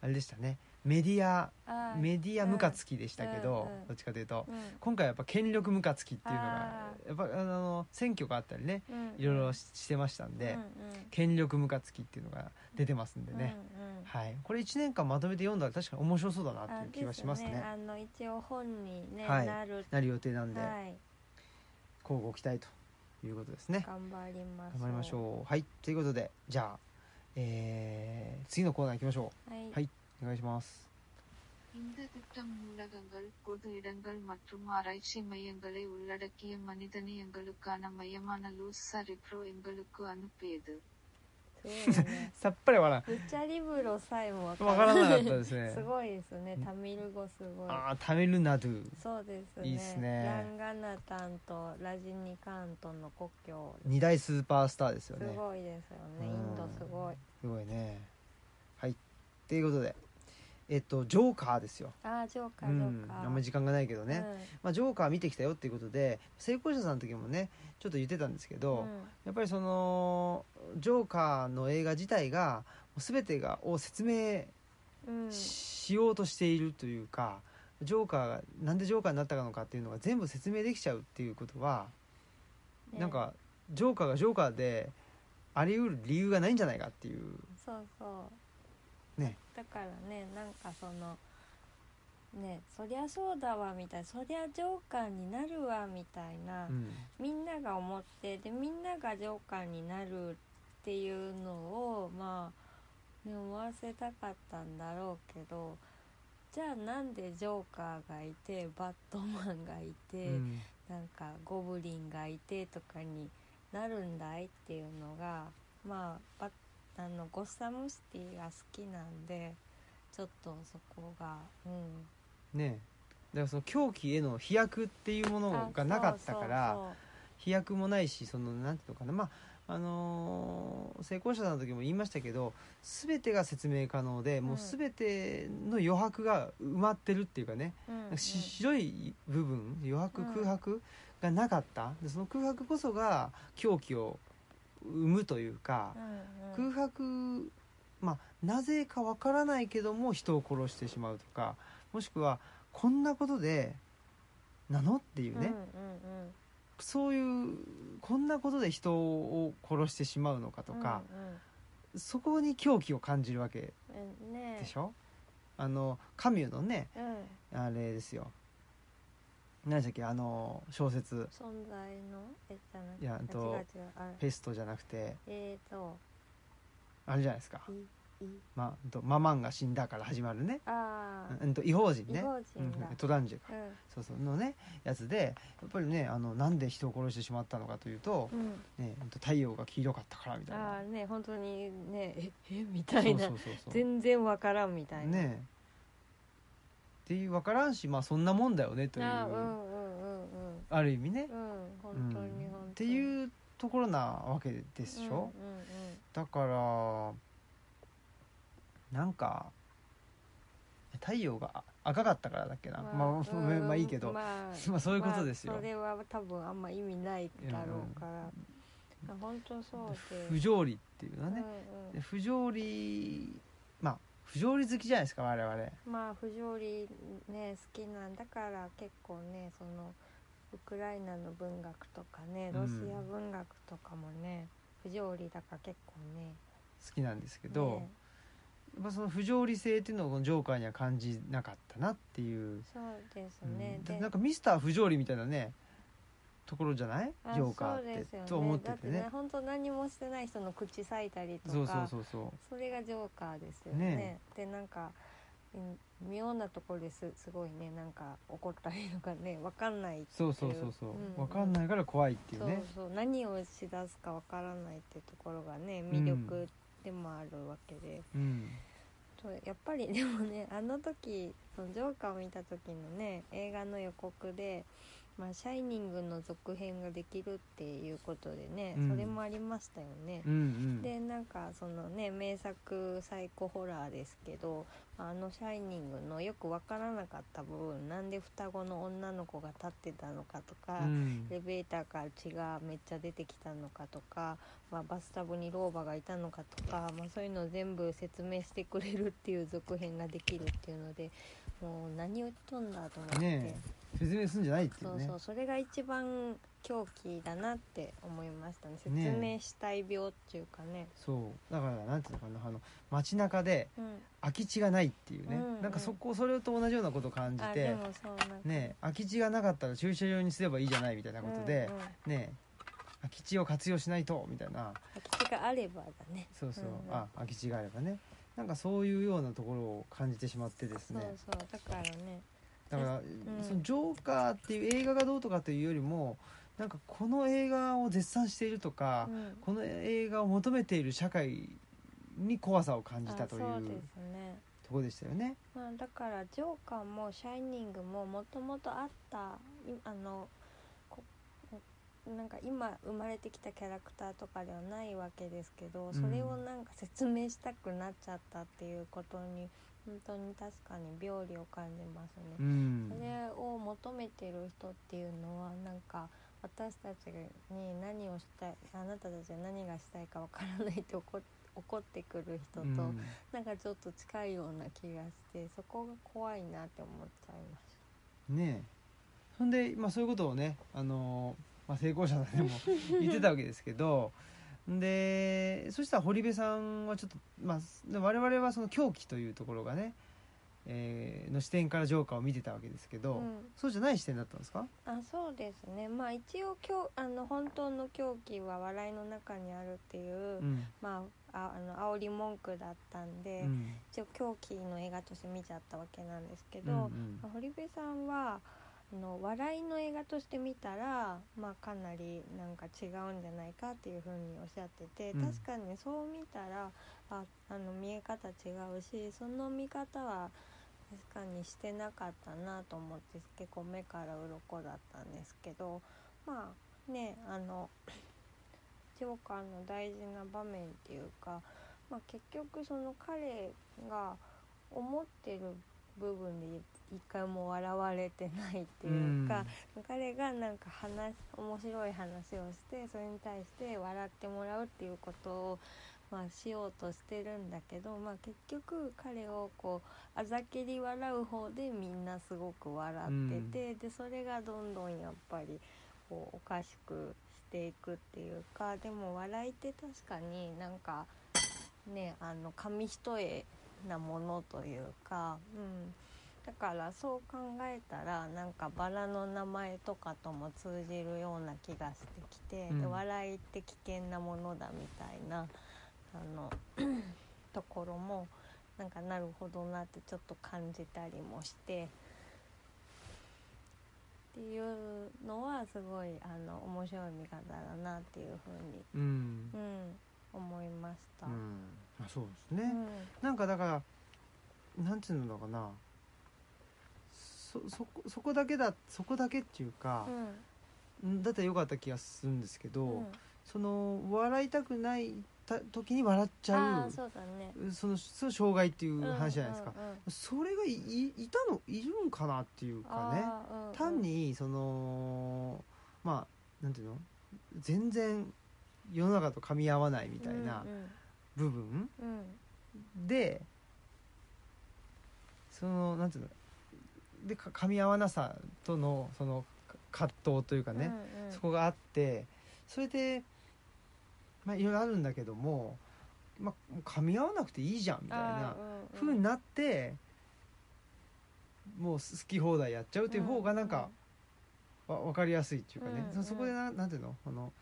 [SPEAKER 2] あれでしたねメディア
[SPEAKER 3] あー
[SPEAKER 2] メディアムカつきでしたけど、
[SPEAKER 3] うんうん
[SPEAKER 2] どっちかというと
[SPEAKER 3] う
[SPEAKER 2] 今回はやっぱ権力ムカつきっていうのが
[SPEAKER 3] あ
[SPEAKER 2] やっぱあの選挙があったりね
[SPEAKER 3] んうん
[SPEAKER 2] いろいろししてましたんで、
[SPEAKER 3] うん
[SPEAKER 2] 権力ムカつきっていうのが出てますんで
[SPEAKER 3] うん
[SPEAKER 2] ね、
[SPEAKER 3] うんうん
[SPEAKER 2] はい、これ1年間まとめて読んだら確かに面白そうだな
[SPEAKER 3] あ
[SPEAKER 2] っていう気がしますね
[SPEAKER 3] ですあの一応本に、ね
[SPEAKER 2] はい
[SPEAKER 3] なる
[SPEAKER 2] なる予定なんで、
[SPEAKER 3] はい
[SPEAKER 2] 乞うご期待ということですね
[SPEAKER 3] 頑張りましょう
[SPEAKER 2] 頑張りましょうはいということでじゃあ、えー次のコーナー行きましょ
[SPEAKER 3] はい、
[SPEAKER 2] うはいお願いします
[SPEAKER 5] இந்த திட்டம் நூலகங்கள் பொது இடங்கள் மற்றும் ஆராய்ச்சி மையங்களை உள்ளடக்கிய மனிதநேயங்களுக்கான மையமான லூசா ரிப்ரோ எங்களுக்கு அனுப்பியது
[SPEAKER 3] すごいよね
[SPEAKER 2] さっぱり笑
[SPEAKER 3] ブッチャリブロさえもわ
[SPEAKER 2] わんわからなかった
[SPEAKER 3] す
[SPEAKER 2] ですね
[SPEAKER 3] すごいですねタミル語すごい
[SPEAKER 2] ああタミルナドゥ
[SPEAKER 3] そうですね
[SPEAKER 2] いいっすね
[SPEAKER 3] ランガナタンとラジニカントの故郷
[SPEAKER 2] 二大スーパースターですよ
[SPEAKER 3] す
[SPEAKER 2] ね
[SPEAKER 3] ごいですよ
[SPEAKER 2] うん
[SPEAKER 3] ねインドすごい
[SPEAKER 2] すごいねはいということでえっとジョーカーですよ、
[SPEAKER 3] ああジョーカ
[SPEAKER 2] う
[SPEAKER 3] ージョ
[SPEAKER 2] ん
[SPEAKER 3] ー、カー
[SPEAKER 2] あんまり時間がないけどね、まあ、ジョーカー見てきたよっていうことで成功者さんの時もねちょっと言ってたんですけ
[SPEAKER 3] う
[SPEAKER 2] ど、
[SPEAKER 3] ん
[SPEAKER 2] やっぱりそのジョーカーの映画自体がもう全てがを説明
[SPEAKER 3] うんうん
[SPEAKER 2] しようとしているというか、ジョーカーがなんでジョーカーになったのかっていうのが全部説明できちゃうっていうことは、
[SPEAKER 3] ね
[SPEAKER 2] なんかジョーカーがジョーカーであり得る理由がないんじゃないかっていう
[SPEAKER 3] そうそう
[SPEAKER 2] ね
[SPEAKER 3] だからねなんかそのねそりゃそうだわみたいなそりゃジョーカーになるわみたいな、
[SPEAKER 2] うん
[SPEAKER 3] みんなが思ってでみんながジョーカーになるっていうのをまあ、ね、思わせたかったんだろうけどじゃあなんでジョーカーがいてバットマンがいて、
[SPEAKER 2] うん
[SPEAKER 3] なんかゴブリンがいてとかになるんだいっていうのがまあバあのゴッサムシティが好きなんでちょっとそこが、うん、
[SPEAKER 2] ねだからその狂気への飛躍っていうものがなかったから飛躍もないしそのなんていうのかなまああのー成功者さんの時も言いましたけど全てが説明可能でもう
[SPEAKER 3] うん
[SPEAKER 2] 全ての余白が埋まってるっていうかね、し白い部分余白
[SPEAKER 3] うん
[SPEAKER 2] 空白がなかったでその空白こそが狂気を生むというか、空白まあなぜかわからないけども人を殺してしまうとかもしくはこんなことでなのっていうね、そういうこんなことで人を殺してしまうのかと
[SPEAKER 3] と
[SPEAKER 2] か、そこに狂気を感じるわけ
[SPEAKER 3] ね
[SPEAKER 2] でしょ、あのカミュのね
[SPEAKER 3] うん、
[SPEAKER 2] あれですよ何でしたっけあの小説
[SPEAKER 3] 存在のえじゃない
[SPEAKER 2] いやうんと
[SPEAKER 3] 違う違うあ
[SPEAKER 2] 「ペスト」じゃなくて
[SPEAKER 3] えーと
[SPEAKER 2] あれじゃないですか、
[SPEAKER 3] いい
[SPEAKER 2] ま、うんとママンが死んだから始まるね、
[SPEAKER 3] あー
[SPEAKER 2] うんと異邦人
[SPEAKER 3] 異
[SPEAKER 2] ね
[SPEAKER 3] 邦人だ
[SPEAKER 2] うんトランジェか、
[SPEAKER 3] うん
[SPEAKER 2] そうそうのねやつでやっぱりねあのなんで人を殺してしまったのかというと、
[SPEAKER 3] うん
[SPEAKER 2] ね、うんと太陽が黄色かったからみたいな
[SPEAKER 3] ああね本当にねええみ
[SPEAKER 2] そ
[SPEAKER 3] た
[SPEAKER 2] う
[SPEAKER 3] い
[SPEAKER 2] そ
[SPEAKER 3] な
[SPEAKER 2] うそうそう
[SPEAKER 3] 全然わからんみたいな
[SPEAKER 2] ねえっていう分からんしまあそんなもんだよねという
[SPEAKER 3] あーう
[SPEAKER 2] あ
[SPEAKER 3] んうんうんうん
[SPEAKER 2] る意味ね、
[SPEAKER 3] うん本
[SPEAKER 2] うん
[SPEAKER 3] 当に本当に、
[SPEAKER 2] っていうところなわけで
[SPEAKER 3] です
[SPEAKER 2] よ、だからなんか太陽が赤かったからだっけな、まあまあまあまあいいけど、ま
[SPEAKER 3] まあ
[SPEAKER 2] あ、そういうことですよ、
[SPEAKER 3] まあそれは多分あんま意味ないだろうから、あ本当そうで
[SPEAKER 2] 不条理っていうのは
[SPEAKER 3] うん
[SPEAKER 2] ね、
[SPEAKER 3] うん
[SPEAKER 2] で不条理まあ不条理好きじゃないですか我々
[SPEAKER 3] まあ不条理ね好きなんだから結構ねそのウクライナの文学とかね
[SPEAKER 2] うん
[SPEAKER 3] ロシア文学とかもね、不条理だから結構ね
[SPEAKER 2] 好きなんですけど、
[SPEAKER 3] ね
[SPEAKER 2] やっぱその不条理性っていうのをこのジョーカーには感じなかったなっていう
[SPEAKER 3] そうですね、
[SPEAKER 2] うん
[SPEAKER 3] で
[SPEAKER 2] なんかミスター不条理みたいなねところじゃない
[SPEAKER 3] あ
[SPEAKER 2] ジョーカーって、
[SPEAKER 3] そうですよね
[SPEAKER 2] と思って
[SPEAKER 3] だって
[SPEAKER 2] てね
[SPEAKER 3] ね本当何もしてない人の口裂いたりとか
[SPEAKER 2] そうそうそうそ
[SPEAKER 3] それがジョーカーですよね
[SPEAKER 2] ね
[SPEAKER 3] でなんかうん妙なところですすごいねなんか怒ったりとかね分かんないっていう
[SPEAKER 2] うそうそうそうそう、
[SPEAKER 3] ん
[SPEAKER 2] 分かんないから怖いっていう
[SPEAKER 3] そう
[SPEAKER 2] ね
[SPEAKER 3] そう何をしだすかわからないってところがね魅力でもあるわけで、
[SPEAKER 2] うん
[SPEAKER 3] そうやっぱり でもねあの時そのジョーカーを見た時のね映画の予告で「まあ、シャイニング」の続編ができるっていうことでね、
[SPEAKER 2] うん
[SPEAKER 3] それもありましたよね。
[SPEAKER 2] うんうん
[SPEAKER 3] でなんかそのね名作サイコホラーですけどあの「シャイニング」のよくわからなかった部分なんで双子の女の子が立ってたのかとか、
[SPEAKER 2] うん
[SPEAKER 3] エレベーターから血がめっちゃ出てきたのかとか、まあ、バスタブに老婆がいたのかとか、まあ、そういうのを全部説明してくれるっていう続編ができるっていうのでもう何を言っとんだと思って、
[SPEAKER 2] ね説明するんじゃないってい
[SPEAKER 3] そうう
[SPEAKER 2] ね
[SPEAKER 3] そうそれが一番狂気だなって思いましたね説
[SPEAKER 2] ね
[SPEAKER 3] 明したい病っていうかね。
[SPEAKER 2] そうだからなんていうのかなあの街中で
[SPEAKER 3] うん、
[SPEAKER 2] 空き地がないっていうね、
[SPEAKER 3] うんうん
[SPEAKER 2] なんかそこそれと同じようなことを感じ
[SPEAKER 3] あ
[SPEAKER 2] て
[SPEAKER 3] でもそうなんか
[SPEAKER 2] ね空き地がなかったら駐車場にすればいいじゃないみたいなことで
[SPEAKER 3] うん、うん
[SPEAKER 2] ね空き地を活用しないとみたいな
[SPEAKER 3] 空き地があればだね
[SPEAKER 2] そうそう、
[SPEAKER 3] うんうん
[SPEAKER 2] あ空き地があればねなんかそういうようなところを感じてしまってですね
[SPEAKER 3] そうそうだからね
[SPEAKER 2] だから、
[SPEAKER 3] うん
[SPEAKER 2] そのジョーカーっていう映画がどうとかというよりもなんかこの映画を絶賛しているとか、
[SPEAKER 3] うん
[SPEAKER 2] この映画を求めている社会に怖さを感じたという
[SPEAKER 3] あそうですね
[SPEAKER 2] ところでしたよね。
[SPEAKER 3] まあ、だからジョーカーも「シャイニング」ももともとあったいあのこなんか今生まれてきたキャラクターとかではないわけですけど
[SPEAKER 2] ん
[SPEAKER 3] それをなんか説明したくなっちゃったっていうことに本当に確かに病理を感じますね。
[SPEAKER 2] うん
[SPEAKER 3] それを求めてる人っていうのはなんか私たちに何をしたいあなたたちは何がしたいかわからないって怒っ怒ってくる人と、
[SPEAKER 2] うん
[SPEAKER 3] なんかちょっと近いような気がしてそこが怖いなって思っちゃいまし
[SPEAKER 2] ねえそんで、まあ、そういうことをね、あのまあ、成功者さん でも言ってたわけですけどでそしたら堀部さんはちょっと、まあ、で我々はその狂気というところがね、えーの視点からジョーカーを見てたわけですけ
[SPEAKER 3] た、
[SPEAKER 2] ど、
[SPEAKER 3] うん、
[SPEAKER 2] そうじゃない視点だったんですか
[SPEAKER 3] あそうですねまあ一応きょあの本当の狂気は笑いの中にあるっていう、
[SPEAKER 2] うん
[SPEAKER 3] まあああの煽り文句だったんで、
[SPEAKER 2] うん
[SPEAKER 3] 一応狂気の映画として見ちゃったわけなんですけ
[SPEAKER 2] う
[SPEAKER 3] ど、
[SPEAKER 2] ん
[SPEAKER 3] まあ堀部さんはあの笑いの映画として見たら、まあ、かなりなんか違うんじゃないかっていうふうにおっしゃってて、
[SPEAKER 2] うん
[SPEAKER 3] 確かにそう見たらああの見え方違うしその見方は確かにしてなかったなと思って結構目から鱗だったんですけどまあねあの ジョーカーの大事な場面っていうか、まあ、結局その彼が思ってる部分で一回も笑われてないっていうか、彼がなんか話面白い話をしてそれに対して笑ってもらうっていうことを、まあ、しようとしてるんだけど、まあ、結局彼をこうあざけり笑う方でみんなすごく笑ってて、でそれがどんどんやっぱりこうおかしくしていくっていうかでも笑いって確かになんかねあの紙一重なものというか。うんだからそう考えたらなんかバラの名前とかとも通じるような気がしてきて、
[SPEAKER 2] うん
[SPEAKER 3] で笑いって危険なものだみたいなあの ところもなんかなるほどなってちょっと感じたりもしてっていうのはすごいあの面白い見方だなっていうふ
[SPEAKER 2] う
[SPEAKER 3] う
[SPEAKER 2] んうん
[SPEAKER 3] に、うん、思いました。
[SPEAKER 2] うんまあ、そうですね、
[SPEAKER 3] うん
[SPEAKER 2] なんかだからなんていうのかなそそこそこだけだそこだけっていうか、だったらよかった気がするんですけど、
[SPEAKER 3] うんうん
[SPEAKER 2] その笑いたくないた時に笑っちゃ
[SPEAKER 3] あー
[SPEAKER 2] う
[SPEAKER 3] そうだね
[SPEAKER 2] そのその障害っていう話じゃないですか、
[SPEAKER 3] うんうんうん
[SPEAKER 2] それがいいいたのいるんかなっていうかね
[SPEAKER 3] あーうんうん
[SPEAKER 2] 単にそのまあなんていうの全然世の中と噛み合わないみたいな部分
[SPEAKER 3] うんうん
[SPEAKER 2] で、そのなんていうのでか噛み合わなさとのそのか葛藤というか
[SPEAKER 3] うん
[SPEAKER 2] ね、
[SPEAKER 3] うんうん
[SPEAKER 2] そこがあってそれでまあいろいろあるんだけども、まあ、もう噛み合わなくていいじゃんみたい
[SPEAKER 3] あ
[SPEAKER 2] な
[SPEAKER 3] ーうんうん
[SPEAKER 2] 風になって、もう好き放題やっちゃうっていう方がなんか、わ分かりやすいっていうかね、
[SPEAKER 3] うんうん
[SPEAKER 2] そそこでななんていうのあの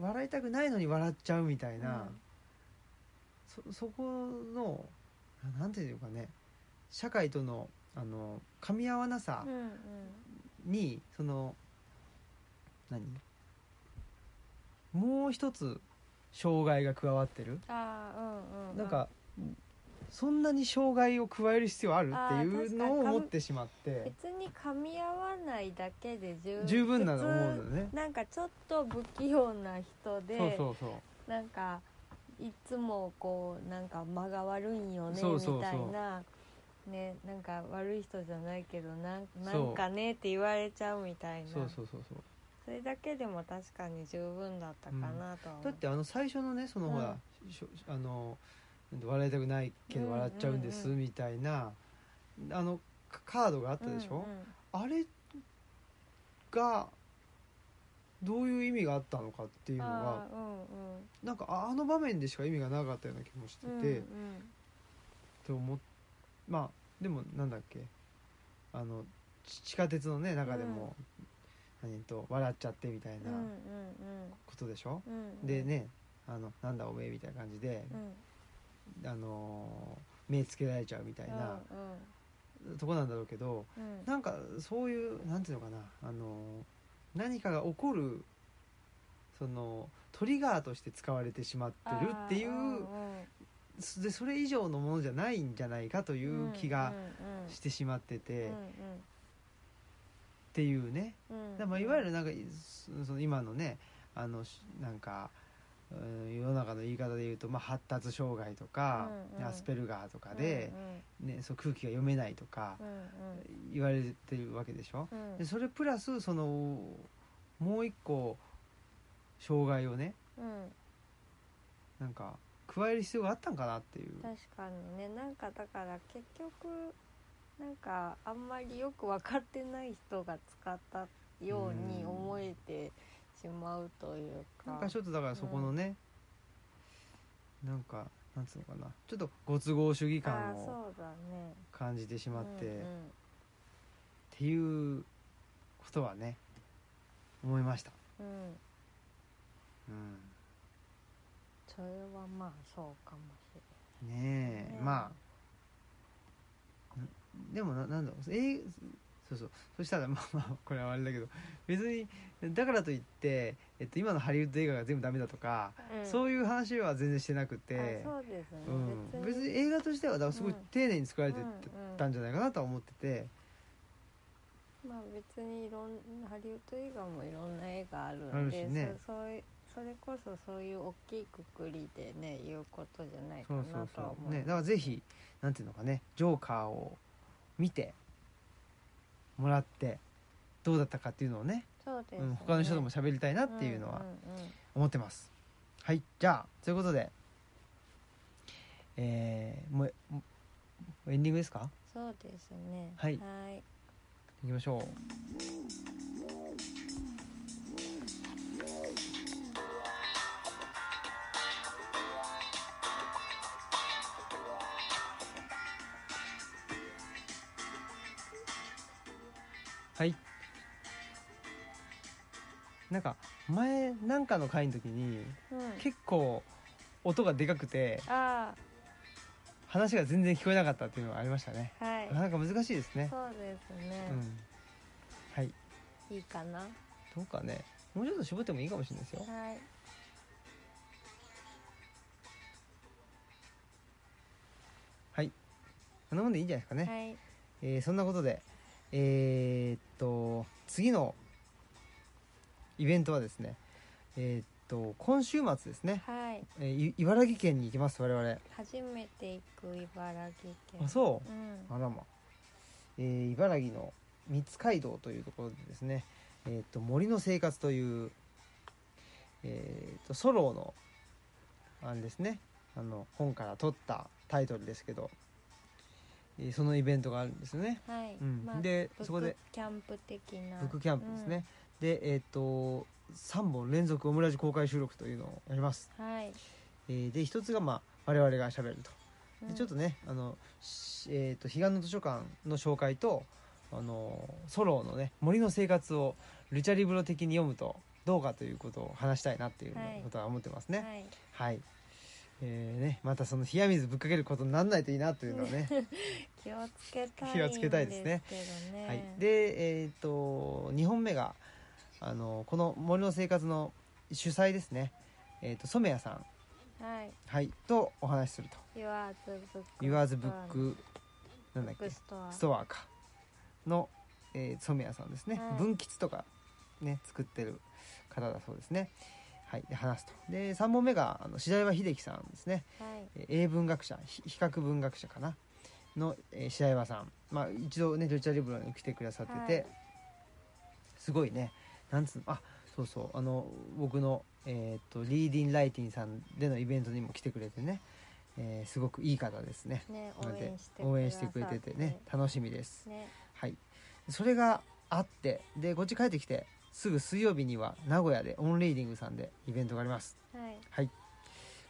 [SPEAKER 2] 笑いたくないのに笑っちゃうみたいな、そそこのあなんていうかね社会とのあの噛み合わなさ、
[SPEAKER 3] うんうんうん
[SPEAKER 2] にその何もう一つ障害が加わってる
[SPEAKER 3] あーうんうん
[SPEAKER 2] なんかそんなに障害を加える必要ある
[SPEAKER 3] あー
[SPEAKER 2] っていうのを
[SPEAKER 3] 確かに
[SPEAKER 2] 思ってしまって
[SPEAKER 3] 別に噛み合わないだけで十
[SPEAKER 2] 十分なの思う
[SPEAKER 3] 普
[SPEAKER 2] のね
[SPEAKER 3] 通なんかちょっと不器用な人で
[SPEAKER 2] そうそうそう
[SPEAKER 3] なんかいつもこうなんか間が悪いんよね
[SPEAKER 2] そうそうそう
[SPEAKER 3] みたいなねなんか悪い人じゃないけどなんな
[SPEAKER 2] そうん
[SPEAKER 3] かねって言われちゃうみたいな
[SPEAKER 2] そうそうそうそう
[SPEAKER 3] それだけでも確かに十分だったかなとは思う
[SPEAKER 2] だってあの最初のねそのほら、しょあの笑いたくないけど笑っちゃうんです
[SPEAKER 3] うんう
[SPEAKER 2] みたいな、あのカカードがあったでしょ、
[SPEAKER 3] うんうん
[SPEAKER 2] あれがどういう意味があったのかっていうの
[SPEAKER 3] あ
[SPEAKER 2] が
[SPEAKER 3] ーうんうん
[SPEAKER 2] なんかああの場面でしか意味がなかったような気もしてて、
[SPEAKER 3] うん
[SPEAKER 2] と思っまあでもなんだっけあのち地下鉄のね中でも、何と笑っちゃってみたい
[SPEAKER 3] うんう
[SPEAKER 2] なんことでしょ、
[SPEAKER 3] うんうんうん
[SPEAKER 2] でねあのなんだおめえみたいな感じで、
[SPEAKER 3] うん
[SPEAKER 2] あのー目つけられちゃうみたいなとこなんだろうけど、
[SPEAKER 3] うんうん
[SPEAKER 2] なんかそういうなんていうのかなあの何かが起こるそのトリガーとして使われてしまってるってい
[SPEAKER 3] あ
[SPEAKER 2] う
[SPEAKER 3] ー
[SPEAKER 2] そでそれ以上のものじゃないんじゃないかとい
[SPEAKER 3] ん
[SPEAKER 2] う気がしてしまってて、っていうね
[SPEAKER 3] うんうんうんうん
[SPEAKER 2] でまあいわゆるなんかそその今のねあのしなんかうん世の中の言い方で言うと、まあ、発達障害とか、
[SPEAKER 3] うんうん
[SPEAKER 2] アスペルガーとかで、ね、そう空気が読めないとか
[SPEAKER 3] うんうん
[SPEAKER 2] 言われてるわけでしょ。
[SPEAKER 3] うん
[SPEAKER 2] でそれプラスそのもう一個障害をね
[SPEAKER 3] うん
[SPEAKER 2] なんか加える必要があったんかなっていう
[SPEAKER 3] 確かにねなんかだから結局なんかあんまりよく分かってない人が使ったように思えてしまうというか。
[SPEAKER 2] なんかちょっとだからそこのね、なんかなんつうのかなちょっとご都合主義
[SPEAKER 3] あ
[SPEAKER 2] 感
[SPEAKER 3] ー
[SPEAKER 2] を
[SPEAKER 3] そうだね
[SPEAKER 2] 感じてしまって、
[SPEAKER 3] うん
[SPEAKER 2] っ
[SPEAKER 3] うん
[SPEAKER 2] ていうことはね思いました。
[SPEAKER 3] うん、
[SPEAKER 2] うん
[SPEAKER 3] それはまあそうかもしれ
[SPEAKER 2] ねえ、
[SPEAKER 3] ねえ
[SPEAKER 2] まあんでもななんだろうえーそうそうそしたらまあまあこれはあれだけど別にだからといって、えっと、今のハリウッド映画が全部ダメだとか、
[SPEAKER 3] ない、う
[SPEAKER 2] そ
[SPEAKER 3] ん
[SPEAKER 2] ういう話は全然してなくて
[SPEAKER 3] あそうですね、
[SPEAKER 2] うん、別に映画としてはだからすごい
[SPEAKER 3] うん
[SPEAKER 2] 丁寧に作られて
[SPEAKER 3] うんうん
[SPEAKER 2] たんじゃないかなとは思ってて、
[SPEAKER 3] まあ別にいろんハリウッド映画もいろんな絵がある
[SPEAKER 2] あ
[SPEAKER 3] ん
[SPEAKER 2] る
[SPEAKER 3] で
[SPEAKER 2] しね
[SPEAKER 3] そそういそれこそそういう大きいくくりでね言うことじゃないか
[SPEAKER 2] そうそ
[SPEAKER 3] な
[SPEAKER 2] う
[SPEAKER 3] とは
[SPEAKER 2] そ
[SPEAKER 3] 思
[SPEAKER 2] う
[SPEAKER 3] う
[SPEAKER 2] ねだからぜひなんていうのかねジョーカーを見てもらってどうだったかっていうのをね
[SPEAKER 3] そうです、ね
[SPEAKER 2] うん、他の人とも喋りたいなっていうのは、
[SPEAKER 3] うんうんうん
[SPEAKER 2] 思ってますはいじゃあということでえー、もうもうエンディングですか
[SPEAKER 3] そうですね
[SPEAKER 2] はい
[SPEAKER 3] はい
[SPEAKER 2] いきましょうはいなんか前なんかの回の時に
[SPEAKER 3] うん、
[SPEAKER 2] 結構音がでかくて
[SPEAKER 3] あ
[SPEAKER 2] 話が全然聞こえなかったっていうのがありましたね
[SPEAKER 3] あはい
[SPEAKER 2] なかなか難しいですね
[SPEAKER 3] そうです
[SPEAKER 2] う
[SPEAKER 3] ね、
[SPEAKER 2] んはい
[SPEAKER 3] いいかなは
[SPEAKER 2] どうかねもうちょっと絞ってもいいかもしれないですよ
[SPEAKER 3] い
[SPEAKER 2] はいこんなもんでいいんじゃないですかね、
[SPEAKER 3] はい
[SPEAKER 2] えーそんなことでえーっと次のイベントはですねえーっと今週末ですね、
[SPEAKER 3] はい
[SPEAKER 2] えーい茨城県に行きます我々
[SPEAKER 3] 初めて行く茨城県
[SPEAKER 2] あそう
[SPEAKER 3] う、ん
[SPEAKER 2] あらま、えー茨城の三つ街道というところでですね、えー、と森の生活という、えー、とソローのあれですねあの本から取ったタイトルですけど、えーそのイベントがあるんですよね。
[SPEAKER 3] はい、
[SPEAKER 2] うん
[SPEAKER 3] まあ
[SPEAKER 2] で
[SPEAKER 3] ブック
[SPEAKER 2] そこで
[SPEAKER 3] キャンプ的な
[SPEAKER 2] ブックキャンプですね、、でえっ、と3本連続オムラジ公開収録というのをやります、
[SPEAKER 3] うんはい、
[SPEAKER 2] えーで一つが、まあ、我々がしゃべると
[SPEAKER 3] うん
[SPEAKER 2] でちょっとねあの、しえー、と彼岸の図書館の紹介とあのソローのね森の生活をルチャリブロ的に読むとどうかということを話したいなっていう
[SPEAKER 3] はい
[SPEAKER 2] ことは思ってますね
[SPEAKER 3] はい
[SPEAKER 2] はい、えーねまたその冷や水ぶっかけることにならないといいなというのは ね
[SPEAKER 3] 気をつけたい
[SPEAKER 2] 気をつけたいですね
[SPEAKER 3] んですけどね
[SPEAKER 2] はい、でえっ、と2本目があのこの森の生活の主催ですねえっ、と染谷さん
[SPEAKER 3] はい
[SPEAKER 2] はいとお話しすると
[SPEAKER 3] 言わずブック
[SPEAKER 2] 言わずブックなんだっ
[SPEAKER 3] ブッ
[SPEAKER 2] け
[SPEAKER 3] クストア
[SPEAKER 2] ストアかの、えー染谷さんですね、
[SPEAKER 3] はい
[SPEAKER 2] 文吉とかね作ってる方だそうですねはいで話すとで3本目があの白岩秀樹さんですね
[SPEAKER 3] はい
[SPEAKER 2] えー英文学者ひ比較文学者かなの、えー白岩さんまあ一度ねルチャリブロに来てくださってて、
[SPEAKER 3] はい
[SPEAKER 2] すごいねなんつうのあそうそうあの僕の、えー、とリーディン・ライティンさんでのイベントにも来てくれてね、えーすごくいい方ですね
[SPEAKER 3] ね
[SPEAKER 2] な
[SPEAKER 3] 応
[SPEAKER 2] ので
[SPEAKER 3] 援して
[SPEAKER 2] 応援してくれててね楽しみです、
[SPEAKER 3] ね
[SPEAKER 2] はい、それがあってでこっち帰ってきてすぐ水曜日には名古屋でオンリーディングさんでイベントがあります
[SPEAKER 3] はい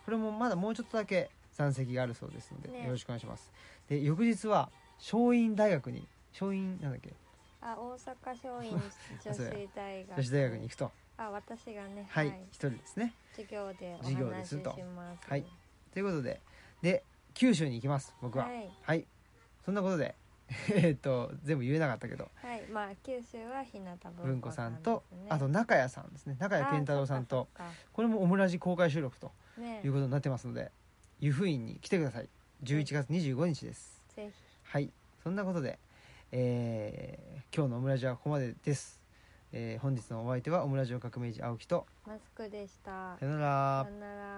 [SPEAKER 2] これもまだもうちょっとだけ残席があるそうですので、
[SPEAKER 3] ね
[SPEAKER 2] よろしくお願いしますで翌日は松陰大学に松陰なんだっけ
[SPEAKER 3] あ 大阪松陰
[SPEAKER 2] あそう
[SPEAKER 3] 女
[SPEAKER 2] や
[SPEAKER 3] 子大学
[SPEAKER 2] 女子大学に行くと
[SPEAKER 3] あ私がね
[SPEAKER 2] はい一、人ですね
[SPEAKER 3] 授業でお
[SPEAKER 2] 授業です
[SPEAKER 3] 話しし
[SPEAKER 2] と
[SPEAKER 3] ます
[SPEAKER 2] はいということでで九州に行きます僕は
[SPEAKER 3] はい
[SPEAKER 2] はい、そんなことで、 えっと全部言えなかったけど
[SPEAKER 3] はいまあ九州は日向
[SPEAKER 2] 文
[SPEAKER 3] 文
[SPEAKER 2] 子
[SPEAKER 3] 子
[SPEAKER 2] さ
[SPEAKER 3] さ
[SPEAKER 2] ん
[SPEAKER 3] ん
[SPEAKER 2] と
[SPEAKER 3] ですね
[SPEAKER 2] あと中谷さんですね中谷健太郎さん と
[SPEAKER 3] あそっか
[SPEAKER 2] これもオムラジ公開収録と
[SPEAKER 3] そっかね
[SPEAKER 2] いうことになってますので湯布院に来てください11月25日です
[SPEAKER 3] ぜ
[SPEAKER 2] はいそんなことで、えー今日のオムラジはここまでです、えー本日のお相手はオムラジオ革命児青木と
[SPEAKER 3] ひマスクでした
[SPEAKER 2] さよなら
[SPEAKER 3] さよなら